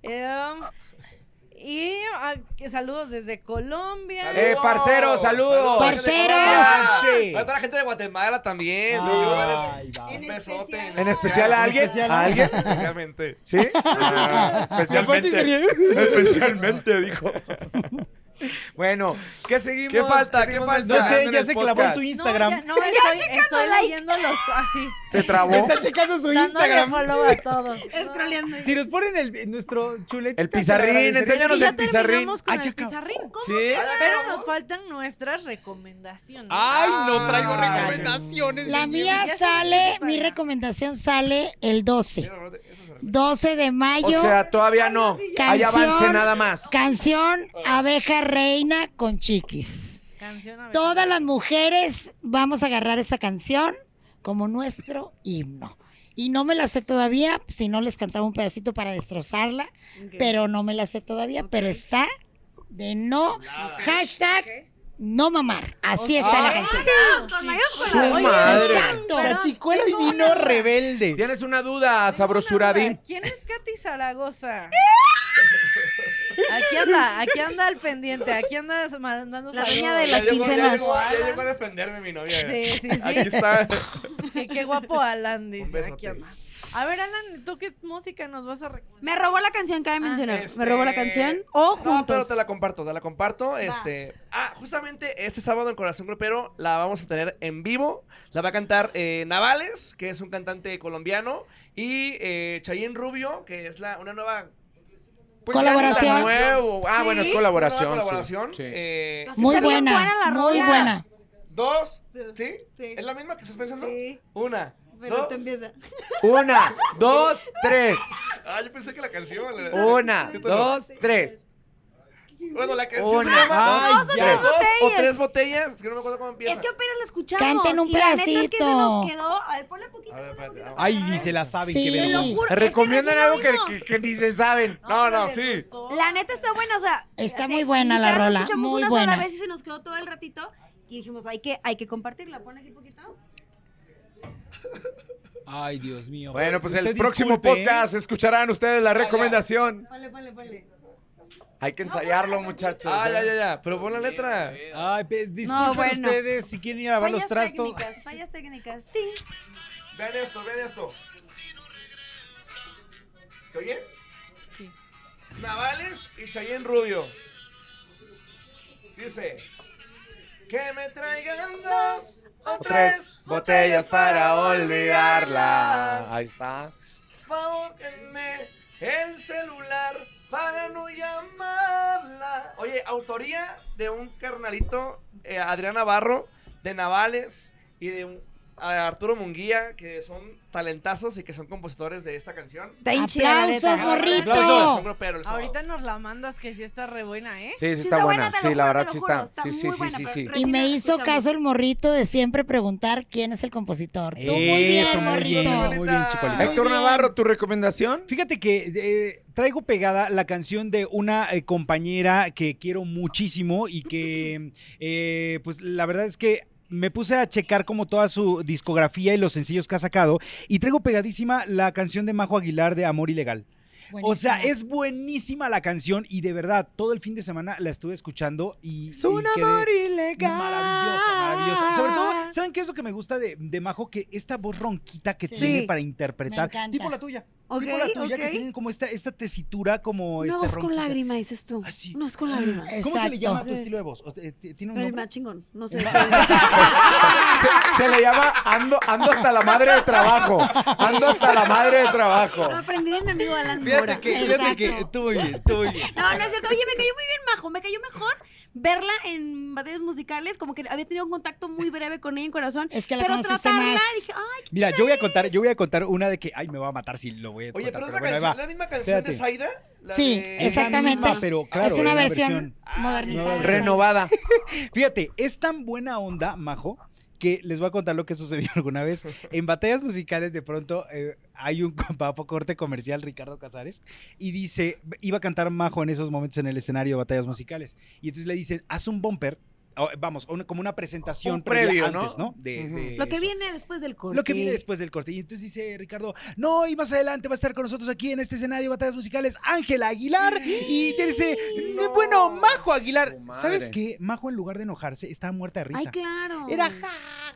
Speaker 5: Em, Y ah, que saludos desde Colombia.
Speaker 4: Saludos. Eh, parceros, saludos.
Speaker 1: Parceros.
Speaker 6: Ah,
Speaker 2: Sí.
Speaker 6: Ahí está la gente de Guatemala también.
Speaker 2: Ay,
Speaker 6: Luego, dale
Speaker 2: va.
Speaker 6: un
Speaker 3: En
Speaker 6: besote.
Speaker 3: especial.
Speaker 4: En especial a alguien. ¿A alguien?
Speaker 6: Especialmente.
Speaker 4: *laughs* ¿Sí? Ah, especialmente. especialmente, dijo. *laughs* Bueno, ¿qué seguimos?
Speaker 6: ¿Qué falta? ¿Qué
Speaker 4: seguimos
Speaker 6: falta?
Speaker 2: No sé,
Speaker 4: mencionando
Speaker 2: ya
Speaker 4: el
Speaker 2: se clavó en
Speaker 4: podcast?
Speaker 2: su
Speaker 5: No,
Speaker 2: Instagram.
Speaker 5: ya- no, estoy, estoy
Speaker 3: like.
Speaker 5: leyendo los así.
Speaker 4: Se trabó.
Speaker 2: Está checando su
Speaker 5: Dándole
Speaker 2: Instagram.
Speaker 5: follow a todos.
Speaker 3: Scrolleando.
Speaker 2: Si nos ponen el, nuestro chulete.
Speaker 4: El pizarrín, enséñanos
Speaker 5: Y ya
Speaker 4: el pizarrín.
Speaker 5: terminamos Ah, con
Speaker 2: Ah,
Speaker 5: el
Speaker 2: ya acabó.
Speaker 5: pizarrín.
Speaker 4: ¿Sí?
Speaker 5: Pero nos faltan nuestras recomendaciones.
Speaker 6: Ay, no traigo
Speaker 4: Ah.
Speaker 6: recomendaciones.
Speaker 1: La
Speaker 6: niño.
Speaker 1: mía
Speaker 5: ya se
Speaker 1: sale,
Speaker 5: fue
Speaker 1: mi
Speaker 5: para allá.
Speaker 1: recomendación sale el 12.
Speaker 6: Mira, Roberto, eso se repite.
Speaker 1: 12 de
Speaker 4: O
Speaker 1: mayo,
Speaker 4: sea, todavía no. Hay
Speaker 1: Canción.
Speaker 4: avance nada más.
Speaker 1: canción Abeja Reina con Chiquis.
Speaker 5: Canción a ver.
Speaker 1: Todas las mujeres vamos a agarrar esa canción como nuestro himno. Y no me la sé todavía, si no les cantaba un pedacito para destrozarla, pero no me la sé todavía, pero está de no. Hashtag no mamar. Así está la canción.
Speaker 3: Con
Speaker 4: Su
Speaker 3: mayúsculas.
Speaker 4: madre.
Speaker 1: Exacto.
Speaker 2: La chicuela y vino rebelde.
Speaker 4: ¿Tienes una duda,
Speaker 5: Ahora,
Speaker 4: sabrosuradín?
Speaker 5: ¿Quién es Katy Zaragoza? Aquí anda, aquí anda al pendiente, aquí anda mandando
Speaker 3: La
Speaker 5: saludos.
Speaker 3: dueña de
Speaker 6: Ya
Speaker 3: las
Speaker 6: llegó- ya
Speaker 3: quincenas.
Speaker 6: llegó- Ya llegó a defenderme mi novia.
Speaker 5: Sí, sí, sí.
Speaker 6: Aquí está.
Speaker 5: *laughs* Qué, qué guapo Alan
Speaker 6: Un
Speaker 5: dice.
Speaker 6: besote.
Speaker 5: Aquí anda. A ver, Alan, ¿tú qué música nos vas a recomendar?
Speaker 3: Me robó la canción que había mencionado.
Speaker 6: Este-
Speaker 3: Me robó la canción. O
Speaker 6: No, pero
Speaker 3: juntos.
Speaker 6: te la comparto, te la comparto. Este, ah, justamente este sábado en Corazón Grupero la vamos a tener en vivo. La va a cantar eh, Navales, que es un cantante colombiano, y eh, Chayín Rubio, que es la, una nueva pues,
Speaker 1: Colaboración.
Speaker 6: ya no es tan nuevo.
Speaker 4: Nuevo. Ah,
Speaker 3: Sí,
Speaker 4: bueno, es
Speaker 3: una
Speaker 6: Una
Speaker 4: colaboración.
Speaker 6: nueva
Speaker 4: sí.
Speaker 6: colaboración.
Speaker 4: Sí.
Speaker 6: eh,
Speaker 3: Los-
Speaker 1: Muy
Speaker 3: Está bien
Speaker 1: buena,
Speaker 3: buena la
Speaker 1: muy
Speaker 3: rola.
Speaker 1: buena.
Speaker 6: dos, ¿sí?
Speaker 3: Sí.
Speaker 6: ¿Es la misma que estás pensando?
Speaker 3: Sí,
Speaker 6: Una.
Speaker 3: pero
Speaker 6: dos.
Speaker 3: te empieza.
Speaker 4: Una, dos, tres.
Speaker 6: *laughs* Ah, yo pensé que la canción. la- *laughs*
Speaker 4: Una,
Speaker 6: Yo te lo-
Speaker 4: dos, tres.
Speaker 6: Bueno, la canción
Speaker 4: Una.
Speaker 6: se llama
Speaker 2: Ay,
Speaker 6: dos,
Speaker 2: ya.
Speaker 6: tres, dos o tres botellas. Que no me acuerdo cómo empieza.
Speaker 3: Es que apenas la escuchamos.
Speaker 1: Canten un
Speaker 3: y la neta es que se nos
Speaker 1: pedacito.
Speaker 3: quedó. A ver, ponle poquito.
Speaker 6: A ver,
Speaker 3: ponle
Speaker 6: espérate,
Speaker 3: poquito.
Speaker 6: vamos.
Speaker 2: Ay, ni se la saben,
Speaker 1: Sí.
Speaker 2: qué vergüenza.
Speaker 3: Juro, es que
Speaker 1: Este
Speaker 4: Recomiendan
Speaker 3: recién
Speaker 4: algo que,
Speaker 3: oímos.
Speaker 4: que- que ni se saben.
Speaker 6: No, no,
Speaker 5: ¿les
Speaker 6: sí.
Speaker 5: gustó?
Speaker 3: La neta está buena, o sea.
Speaker 1: Está
Speaker 3: eh,
Speaker 1: muy buena la
Speaker 3: literal, la
Speaker 1: rola,
Speaker 3: escuchamos
Speaker 1: muy
Speaker 3: una
Speaker 1: buena.
Speaker 3: sola vez y se nos quedó todo el ratito. Y dijimos, hay que, hay que compartirla. Ponle aquí poquito.
Speaker 2: Ay, Dios mío.
Speaker 4: Bueno, pues el
Speaker 2: Usted
Speaker 4: próximo
Speaker 2: disculpe, ¿eh?
Speaker 4: podcast escucharán ustedes la recomendación.
Speaker 3: Ponle, ponle, ponle.
Speaker 4: Hay que ensayarlo, muchachos.
Speaker 6: Ah,
Speaker 4: ¿eh?
Speaker 6: ya, ya, ya. Pero pon la letra.
Speaker 2: Ay, pe- disculpen
Speaker 3: bueno.
Speaker 2: ustedes si quieren ir a lavar los trastos.
Speaker 3: técnicas, fallas técnicas. Ting.
Speaker 6: Vean esto, vean esto. ¿Se oye?
Speaker 5: Sí.
Speaker 6: Es Navales y Chayén Rubio. Dice. Que me traigan dos o
Speaker 4: Tres botellas para olvidarla.
Speaker 6: Por
Speaker 4: Ahí está.
Speaker 6: Favor, denme el celular para no llamarla. Oye, autoría de un carnalito, eh, Adrián Navarro, de Navales y de un- a Arturo Munguía, que son talentazos y que son compositores de esta canción. Ah,
Speaker 3: Está bien chida, la
Speaker 1: Aplausos,
Speaker 3: neta.
Speaker 1: morrito.
Speaker 6: Aplausos, son gruperos, el sábado.
Speaker 5: Ahorita nos la mandas que sí está re buena, ¿eh?
Speaker 4: Sí, sí,
Speaker 3: Sí
Speaker 4: está,
Speaker 3: está
Speaker 4: buena.
Speaker 3: buena, te lo
Speaker 4: Sí,
Speaker 3: juro,
Speaker 4: la
Speaker 3: te
Speaker 4: verdad
Speaker 3: lo
Speaker 4: sí
Speaker 3: juro,
Speaker 4: está.
Speaker 3: está
Speaker 4: Sí, sí,
Speaker 3: muy
Speaker 4: sí,
Speaker 3: buena,
Speaker 4: sí,
Speaker 3: pero-
Speaker 4: sí.
Speaker 3: pero-
Speaker 1: Y me
Speaker 3: Recién
Speaker 1: hizo
Speaker 3: escuchamos.
Speaker 1: caso el morrito de siempre preguntar quién es el compositor. Tú muy
Speaker 2: Eso,
Speaker 1: bien,
Speaker 2: muy bien,
Speaker 1: morrito.
Speaker 2: muy bien, chicuelita.
Speaker 1: Muy
Speaker 4: Héctor
Speaker 1: bien.
Speaker 4: Navarro, ¿tu recomendación?
Speaker 2: Fíjate que eh, traigo pegada la canción de una eh, compañera que quiero muchísimo y que, eh, pues la verdad es que me puse a checar como toda su discografía y los sencillos que ha sacado y traigo pegadísima la canción de Majo Aguilar de Amor Ilegal. O sea,
Speaker 1: Buenísimo.
Speaker 2: es buenísima la canción y de verdad, todo el fin de semana la estuve escuchando y...
Speaker 4: Es un
Speaker 2: y quedé-
Speaker 4: amor ilegal.
Speaker 2: Maravilloso, maravilloso. Y Sobre todo, ¿saben qué es lo que me gusta de, de Majo? Que esta voz ronquita que
Speaker 1: Sí.
Speaker 2: tiene
Speaker 3: Sí.
Speaker 2: para interpretar.
Speaker 1: Me encanta.
Speaker 2: Tipo la tuya.
Speaker 3: Ok,
Speaker 2: tipo la tuya, que
Speaker 3: ok.
Speaker 2: tienen como esta, esta tesitura como
Speaker 3: Una
Speaker 2: este
Speaker 3: voz con
Speaker 2: ronquita.
Speaker 3: lágrima, dices tú.
Speaker 2: Así.
Speaker 3: Una voz con lágrima.
Speaker 1: Eh,
Speaker 2: ¿Cómo se le
Speaker 1: Exacto.
Speaker 2: llama a tu estilo de voz? O- eh, t- ¿Tiene un
Speaker 3: Pero el
Speaker 2: nombre?
Speaker 3: más chingón,
Speaker 1: *laughs*
Speaker 3: no sé.
Speaker 4: Se, se le llama ando, ando hasta la madre de trabajo. Ando hasta la madre de trabajo.
Speaker 3: Lo aprendí de mi amigo Alan Mora.
Speaker 6: Fíjate que, fíjate que,
Speaker 1: Exacto.
Speaker 6: estuvo bien, estuvo bien.
Speaker 3: No, no es cierto. Oye, me cayó muy bien Majo. Me cayó mejor verla en batallas musicales. Como que había tenido un contacto muy breve con ella en corazón.
Speaker 1: Es que la
Speaker 3: pero
Speaker 1: conociste
Speaker 3: tratarla,
Speaker 1: más.
Speaker 3: dije, ay,
Speaker 2: Mira, yo voy a contar, yo voy a contar una de que, ay, me va a matar si lo voy a
Speaker 6: Oye,
Speaker 2: contar.
Speaker 6: pero es la,
Speaker 2: bueno, ahí
Speaker 6: canción-
Speaker 2: va.
Speaker 6: la misma canción
Speaker 2: Espérate.
Speaker 6: de Zaira. la
Speaker 1: Sí,
Speaker 6: de-
Speaker 2: Es la misma,
Speaker 1: exactamente.
Speaker 2: pero claro,
Speaker 1: es una
Speaker 2: es una
Speaker 1: versión,
Speaker 2: versión. Ah,
Speaker 1: modernizada.
Speaker 2: nueva
Speaker 4: Renovada.
Speaker 2: Fíjate, es tan buena onda, Majo, que les voy a contar lo que sucedió *laughs* alguna vez. En batallas musicales, de pronto, eh, hay un compa- corte comercial, Ricardo Casares, y dice, iba a cantar Majo en esos momentos en el escenario de batallas musicales. Y entonces le dicen, haz un bumper o, vamos, una- como una presentación
Speaker 4: Un
Speaker 2: previa
Speaker 4: previo, ¿no?
Speaker 2: antes, ¿no? De-
Speaker 4: Ujú.
Speaker 2: de
Speaker 3: Lo que
Speaker 2: eso.
Speaker 3: viene después del corte.
Speaker 2: Lo que viene después del corte. Y entonces dice Ricardo, no, y más adelante va a estar con nosotros aquí en este escenario de batallas musicales Ángela Aguilar. Y dice,
Speaker 4: No.
Speaker 2: bueno, Majo Aguilar.
Speaker 4: Tu Oh, madre.
Speaker 2: ¿Sabes qué? Majo en lugar de enojarse estaba muerta de risa.
Speaker 3: Ay, claro.
Speaker 2: Era ja,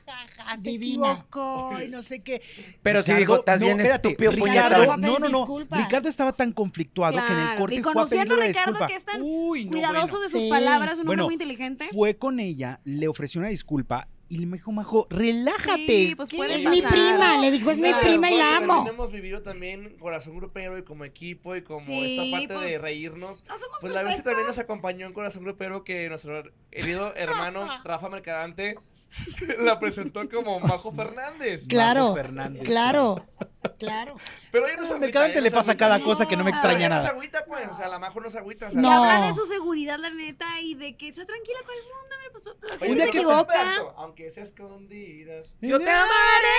Speaker 2: ja, ja, se
Speaker 1: Divina.
Speaker 2: equivocó y no sé qué.
Speaker 4: Pero sí dijo, "Estás bien estúpido,
Speaker 2: Ricardo,
Speaker 1: puñetado". Fue a
Speaker 2: No,
Speaker 1: pedir
Speaker 2: no, no.
Speaker 1: disculpas.
Speaker 2: Ricardo estaba tan conflictuado que en el
Speaker 3: Claro,
Speaker 2: corte
Speaker 3: y
Speaker 2: fue a
Speaker 3: conociendo
Speaker 2: pedirle
Speaker 3: a Ricardo,
Speaker 2: disculpa.
Speaker 3: que es tan
Speaker 2: Uy, no,
Speaker 3: Cuidadoso
Speaker 2: bueno.
Speaker 3: de sus
Speaker 1: Sí.
Speaker 3: palabras, un hombre
Speaker 2: Bueno,
Speaker 3: muy inteligente.
Speaker 2: Fue con ella, le ofreció una disculpa y le dijo, Majo, relájate.
Speaker 3: Sí, pues
Speaker 1: Es
Speaker 3: puede
Speaker 1: mi
Speaker 3: pasar.
Speaker 1: prima, le dijo, es Pues mi
Speaker 6: Claro,
Speaker 1: prima y
Speaker 6: porque
Speaker 1: la amo.
Speaker 6: También hemos vivido también corazón grupero y como equipo y como
Speaker 3: Sí,
Speaker 6: esta parte de
Speaker 3: pues,
Speaker 6: reírnos.
Speaker 3: No somos
Speaker 6: Pues la vez que
Speaker 3: perfectos.
Speaker 6: también nos acompañó en corazón grupero que nuestro querido hermano Rafa Mercadante *laughs* la presentó como Majo Fernández.
Speaker 1: Claro,
Speaker 2: Majo Fernández.
Speaker 1: Claro, claro.
Speaker 6: Pero ella no se
Speaker 2: Al
Speaker 6: agüita,
Speaker 2: Mercadante
Speaker 6: ella
Speaker 2: le
Speaker 6: no se
Speaker 2: pasa
Speaker 6: agüita.
Speaker 2: cada
Speaker 3: No.
Speaker 2: cosa que no me
Speaker 3: Pero
Speaker 6: Pero
Speaker 2: extraña
Speaker 6: ella no se
Speaker 2: nada.
Speaker 6: agüita, pues, o sea, la Majo no se agüita. o sea,
Speaker 3: Y
Speaker 1: No.
Speaker 3: habla de su seguridad, la neta, y de que está tranquila con el mundo, me pasó. La
Speaker 6: Oye,
Speaker 3: gente se
Speaker 6: pero que sepa
Speaker 3: equivoca.
Speaker 6: esto, Aunque sea escondida.
Speaker 4: Yo te amaré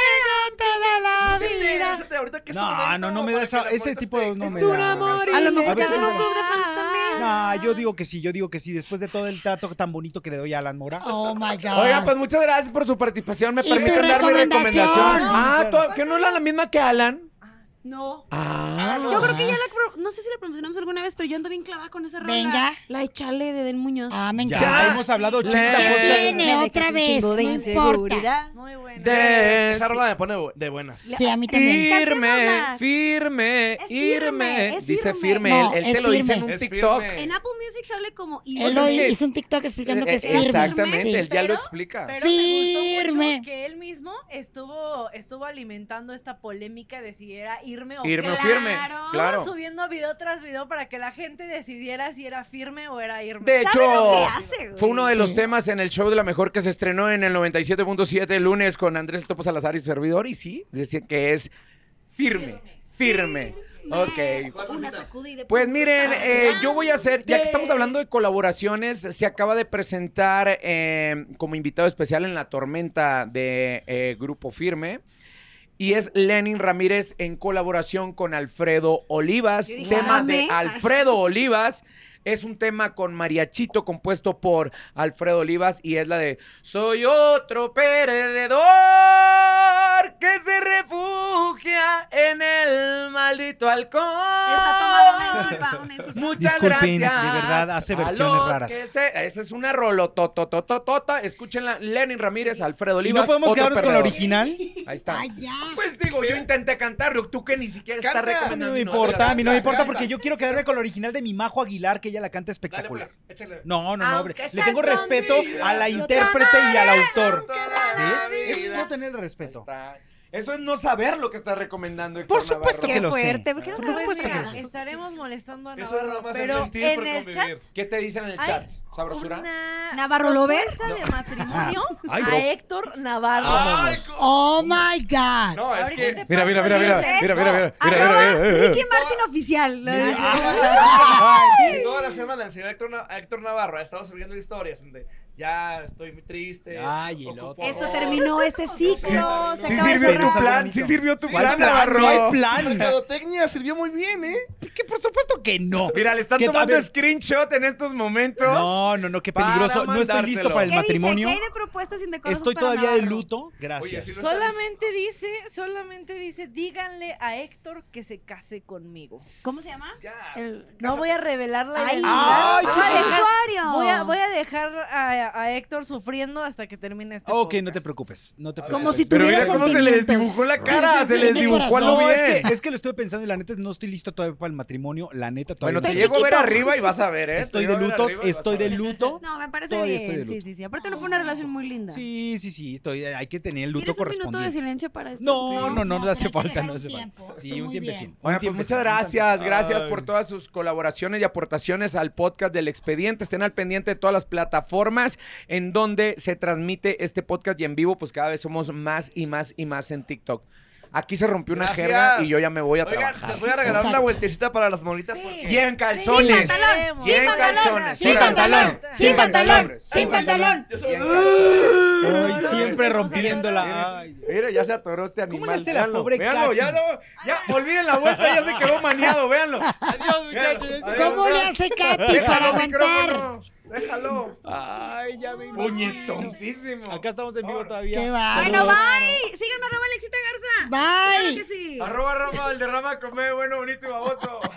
Speaker 4: con toda la
Speaker 6: No, siente,
Speaker 4: vida.
Speaker 6: siéntate ahorita que es tu
Speaker 2: No,
Speaker 6: momento
Speaker 2: no, no me da
Speaker 6: para
Speaker 2: esa-
Speaker 6: que la
Speaker 2: ese
Speaker 6: muerte
Speaker 2: tipo de-
Speaker 6: esté-
Speaker 2: no
Speaker 6: Es
Speaker 2: me
Speaker 6: un
Speaker 2: da.
Speaker 6: amor
Speaker 3: A lo
Speaker 6: y-
Speaker 2: A
Speaker 3: mejor
Speaker 2: ver,
Speaker 3: te hacen un
Speaker 2: no.
Speaker 3: club de fans también.
Speaker 2: No, yo digo que sí, yo digo que sí, después de todo el trato tan bonito que le doy a Alan Mora.
Speaker 1: Oh my God.
Speaker 4: Oigan, pues muchas gracias por su participación. Me
Speaker 1: ¿Y tu
Speaker 4: permiten dar mi
Speaker 1: recomendación?
Speaker 4: recomendación. Ah,
Speaker 2: Claro.
Speaker 4: ¿tú- que no es la misma que Alan.
Speaker 3: No.
Speaker 4: Ah,
Speaker 3: Yo creo que ya la. pro- No sé si la promocionamos alguna vez, pero yo ando bien clavada con esa rola.
Speaker 1: Venga.
Speaker 3: La de Chale de Den Muñoz.
Speaker 1: Ah, me
Speaker 2: Ya,
Speaker 1: encanta.
Speaker 2: hemos hablado
Speaker 4: Le-
Speaker 2: 80
Speaker 4: ¿Qué
Speaker 2: cosas.
Speaker 1: tiene? otra vez, no
Speaker 5: Es
Speaker 3: importa.
Speaker 5: muy buena.
Speaker 4: de-
Speaker 6: Esa rola me pone bu- de buenas.
Speaker 1: Sí, a mí también.
Speaker 4: Firme,
Speaker 3: Cantémosla.
Speaker 4: firme,
Speaker 3: Es
Speaker 4: irme.
Speaker 3: firme, es
Speaker 4: Dice
Speaker 3: firme.
Speaker 4: firme.
Speaker 1: No,
Speaker 4: él él
Speaker 1: es
Speaker 4: te lo dice en
Speaker 1: firme.
Speaker 4: un
Speaker 6: Es
Speaker 4: TikTok.
Speaker 6: firme.
Speaker 3: En Apple Music se hable como. Y
Speaker 1: Él
Speaker 4: O sea,
Speaker 1: hoy
Speaker 4: es que-
Speaker 1: hizo un TikTok explicando que es
Speaker 4: Eh,
Speaker 1: firme.
Speaker 4: Exactamente,
Speaker 1: Sí.
Speaker 4: él ya lo
Speaker 5: Pero-
Speaker 4: explica.
Speaker 5: Pero me gustó
Speaker 1: Firme.
Speaker 5: mucho que él mismo estuvo, estuvo alimentando esta polémica de si era irme o
Speaker 4: Irme o
Speaker 5: Claro.
Speaker 4: firme. Claro.
Speaker 5: Estuvo subiendo video tras video para que la gente decidiera si era firme o era irme.
Speaker 4: De hecho,
Speaker 3: lo que hace, güey?
Speaker 4: fue uno de los
Speaker 1: Sí.
Speaker 4: temas en el show de la mejor que se estrenó en el 97.7 el lunes con Andrés Topo Salazar y su servidor. Y sí, decía que es firme, firme. Ok.
Speaker 3: Una sacudida. y de-
Speaker 4: Pues miren, eh, yo voy a hacer, ya que estamos hablando de colaboraciones, se acaba de presentar eh, como invitado especial en La Tormenta de eh, Grupo Firme. Y es Lenin Ramírez en colaboración con Alfredo Olivas.
Speaker 3: Yo dije,
Speaker 4: tema de
Speaker 3: "Dame".
Speaker 4: Alfredo Olivas. Es un tema con mariachito compuesto por Alfredo Olivas y es la de Soy otro perdedor que se refugia en el maldito alcohol.
Speaker 3: Está tomada una disculpa, una disculpa.
Speaker 4: Muchas
Speaker 2: Disculpen,
Speaker 4: gracias.
Speaker 2: de verdad, hace
Speaker 4: a
Speaker 2: versiones
Speaker 4: los
Speaker 2: raras.
Speaker 4: que se- esa es una rolototototota. Escúchenla, Lenin Ramírez, Alfredo
Speaker 2: ¿Y
Speaker 4: Olivas.
Speaker 2: no podemos
Speaker 4: otro
Speaker 2: quedarnos con la
Speaker 4: perdedor.
Speaker 2: original?
Speaker 4: Ahí está.
Speaker 1: Ay, ya.
Speaker 4: Pues digo, yo intenté cantarlo. Tú que ni siquiera estás
Speaker 6: Canta.
Speaker 2: A mí
Speaker 4: recomendando.
Speaker 2: no me
Speaker 4: de
Speaker 2: importa,
Speaker 4: verdad.
Speaker 2: a mí no me importa
Speaker 6: Canta.
Speaker 2: porque yo quiero quedarme con la original de mi Majo Aguilar, que ella la canta
Speaker 6: Dale,
Speaker 2: espectacular.
Speaker 6: pues, échale.
Speaker 2: No, no, no, hombre.
Speaker 3: seas
Speaker 2: Le tengo
Speaker 3: zombie,
Speaker 2: respeto a la
Speaker 6: yo te
Speaker 2: intérprete y al autor.
Speaker 6: toda la
Speaker 2: ¿Ves? Eso es
Speaker 6: vida.
Speaker 2: no tener el
Speaker 4: Ahí
Speaker 2: respeto.
Speaker 4: está. Eso es no saber lo que estás recomendando. Héctor
Speaker 2: Por supuesto
Speaker 4: Navarro.
Speaker 2: que lo sé.
Speaker 3: fuerte, ¿por qué no
Speaker 2: Por
Speaker 3: sabes?
Speaker 2: supuesto que
Speaker 5: pues Mira,
Speaker 2: lo sé.
Speaker 5: estaremos molestando a
Speaker 6: Eso nada
Speaker 5: Navarro,
Speaker 6: más es
Speaker 5: pero
Speaker 6: mentir por
Speaker 5: en el chat
Speaker 6: convivir.
Speaker 4: ¿Qué te dicen en el
Speaker 5: Ay,
Speaker 4: chat? ¿Sabrosura?
Speaker 5: una
Speaker 3: ¿Navarro Lover?
Speaker 5: propuesta de matrimonio
Speaker 6: *laughs*
Speaker 2: Ay,
Speaker 5: a
Speaker 2: bro.
Speaker 5: Héctor Navarro.
Speaker 6: Ay, co-
Speaker 1: Oh my God.
Speaker 6: No, es
Speaker 5: Ahorita
Speaker 6: que.
Speaker 5: te
Speaker 4: Mira, mira,
Speaker 5: paso
Speaker 4: mira,
Speaker 5: el
Speaker 4: mira,
Speaker 5: inglés.
Speaker 4: mira, mira, mira, mira,
Speaker 3: Arroba
Speaker 4: mira, eh, mira, mira.
Speaker 3: Ricky Martin oficial.
Speaker 6: *laughs* Si toda la semana el señor Héctor, Na- a Héctor Navarro ha estado subiendo historias donde ya estoy muy triste.
Speaker 2: Ay, el
Speaker 6: ocupo
Speaker 2: otro.
Speaker 3: Esto
Speaker 6: amor.
Speaker 3: terminó este ciclo.
Speaker 6: Sí,
Speaker 3: se acaba
Speaker 4: Sí
Speaker 3: de
Speaker 4: sirvió tu
Speaker 3: cerrar.
Speaker 4: plan, sí sirvió tu
Speaker 2: ¿Cuál
Speaker 4: plan,
Speaker 2: plan?
Speaker 4: Navarro.
Speaker 2: No hay
Speaker 6: *laughs*
Speaker 2: plan.
Speaker 6: mercadotecnia sirvió muy bien, ¿eh?
Speaker 2: Que por supuesto que no.
Speaker 4: Mira, le están
Speaker 2: Que- a
Speaker 4: tomando
Speaker 2: ver.
Speaker 4: screenshot en estos momentos.
Speaker 2: No, no, no, qué peligroso.
Speaker 4: Para
Speaker 2: No estoy listo
Speaker 4: mandártelo.
Speaker 2: para el
Speaker 3: ¿Qué
Speaker 2: matrimonio.
Speaker 3: Dice? ¿Qué hay de propuestas indecorosas
Speaker 2: Estoy
Speaker 3: para
Speaker 2: todavía de
Speaker 3: Navarro?
Speaker 2: luego.
Speaker 6: Oye,
Speaker 2: Gracias.
Speaker 6: si no está
Speaker 5: Solamente dice, solamente dice, díganle a Héctor que se case conmigo.
Speaker 3: ¿Cómo se llama?
Speaker 6: listo, ya.
Speaker 5: El- no voy a revelar la
Speaker 3: Ay,
Speaker 5: identidad.
Speaker 2: ay,
Speaker 5: Voy
Speaker 2: qué
Speaker 5: a
Speaker 3: ¡Ay,
Speaker 5: dejar-
Speaker 3: usuario!
Speaker 5: Voy a, voy a dejar a, a Héctor sufriendo hasta que termine este
Speaker 2: Ok, no te
Speaker 5: podcast.
Speaker 2: preocupes. No te
Speaker 6: Como
Speaker 2: preocupes.
Speaker 3: Como si
Speaker 4: Pero mira
Speaker 3: tuviera
Speaker 4: cómo se le
Speaker 3: sentimientos.
Speaker 4: desdibujó la cara,
Speaker 1: Sí, sí,
Speaker 4: se
Speaker 1: sí,
Speaker 4: les
Speaker 1: mi
Speaker 4: dibujó a lo
Speaker 1: corazón.
Speaker 2: No,
Speaker 4: bien.
Speaker 2: es que, es que lo estuve pensando y la neta no estoy listo todavía para el matrimonio. La neta todavía
Speaker 4: Bueno, te
Speaker 2: no.
Speaker 1: Tan
Speaker 4: llego a ver
Speaker 1: chiquito.
Speaker 4: arriba y vas a ver, ¿eh?
Speaker 2: Estoy
Speaker 4: Te
Speaker 2: de
Speaker 4: llego a ver
Speaker 2: luto,
Speaker 4: arriba y vas a
Speaker 2: estoy de
Speaker 4: ver.
Speaker 2: luto.
Speaker 3: No, me parece
Speaker 2: Todavía
Speaker 3: bien.
Speaker 2: estoy de
Speaker 3: sí,
Speaker 2: luto.
Speaker 3: sí, sí. Aparte no fue una relación muy linda.
Speaker 2: Sí, sí, sí, estoy, hay que tener el luto
Speaker 3: ¿Quieres un minuto de
Speaker 2: correspondiente.
Speaker 3: silencio para esto?
Speaker 2: No, no, no, no,
Speaker 1: No, pero
Speaker 2: hace
Speaker 1: hay que
Speaker 2: falta,
Speaker 1: dejar
Speaker 2: no
Speaker 1: un
Speaker 2: hace falta.
Speaker 1: tiempo,
Speaker 2: Sí,
Speaker 1: estuvo
Speaker 2: un
Speaker 1: muy bien.
Speaker 2: tiempecito.
Speaker 4: Oigan,
Speaker 2: un
Speaker 4: pues
Speaker 2: tiempecito,
Speaker 4: muchas
Speaker 2: un tiempecito.
Speaker 4: gracias, gracias
Speaker 6: Ay.
Speaker 4: por todas sus colaboraciones y aportaciones al podcast del expediente. Estén al pendiente de todas las plataformas en donde se transmite este podcast y en vivo, pues cada vez somos más y más y más en TikTok. Aquí se rompió una
Speaker 6: Gracias.
Speaker 4: jerga y yo ya me voy a
Speaker 6: Oigan,
Speaker 4: trabajar.
Speaker 6: les voy a regalar una
Speaker 1: Exacto.
Speaker 6: vueltecita para las molitas
Speaker 5: Sí.
Speaker 6: porque.
Speaker 4: Y en
Speaker 3: Sin
Speaker 4: calzones.
Speaker 3: pantalón,
Speaker 4: Y en
Speaker 3: sin pantalón,
Speaker 4: calzones.
Speaker 1: Sin pantalón, sin pantalón, sin pantalón.
Speaker 6: Yo soy-
Speaker 2: Ay,
Speaker 5: Ay,
Speaker 2: siempre
Speaker 5: estamos
Speaker 2: rompiéndola.
Speaker 5: hablando.
Speaker 2: Ay, Dios.
Speaker 4: Mira, ya se atoró este
Speaker 2: ¿Cómo
Speaker 4: animal.
Speaker 2: le hace la
Speaker 4: Véanlo,
Speaker 2: pobre
Speaker 4: véanlo,
Speaker 2: Katy?
Speaker 4: ya no, ya, olviden la vuelta, ya
Speaker 2: *laughs*
Speaker 4: se quedó maniado, véanlo.
Speaker 6: Adiós, muchachos.
Speaker 4: Adiós.
Speaker 1: ¿Cómo le hace Katy
Speaker 4: Déjalo,
Speaker 1: para aguantar?
Speaker 4: micrófono.
Speaker 6: Déjalo.
Speaker 4: Ay, ya me
Speaker 6: Puñetoncísimo.
Speaker 2: Acá estamos en vivo
Speaker 6: Ahora.
Speaker 2: todavía.
Speaker 1: Qué va.
Speaker 3: Bueno, bye. Síganme, arroba Alexita Garza. Claro
Speaker 1: Bye.
Speaker 3: que sí.
Speaker 6: Arroba Rafa Valderrama, come bueno, bonito y baboso.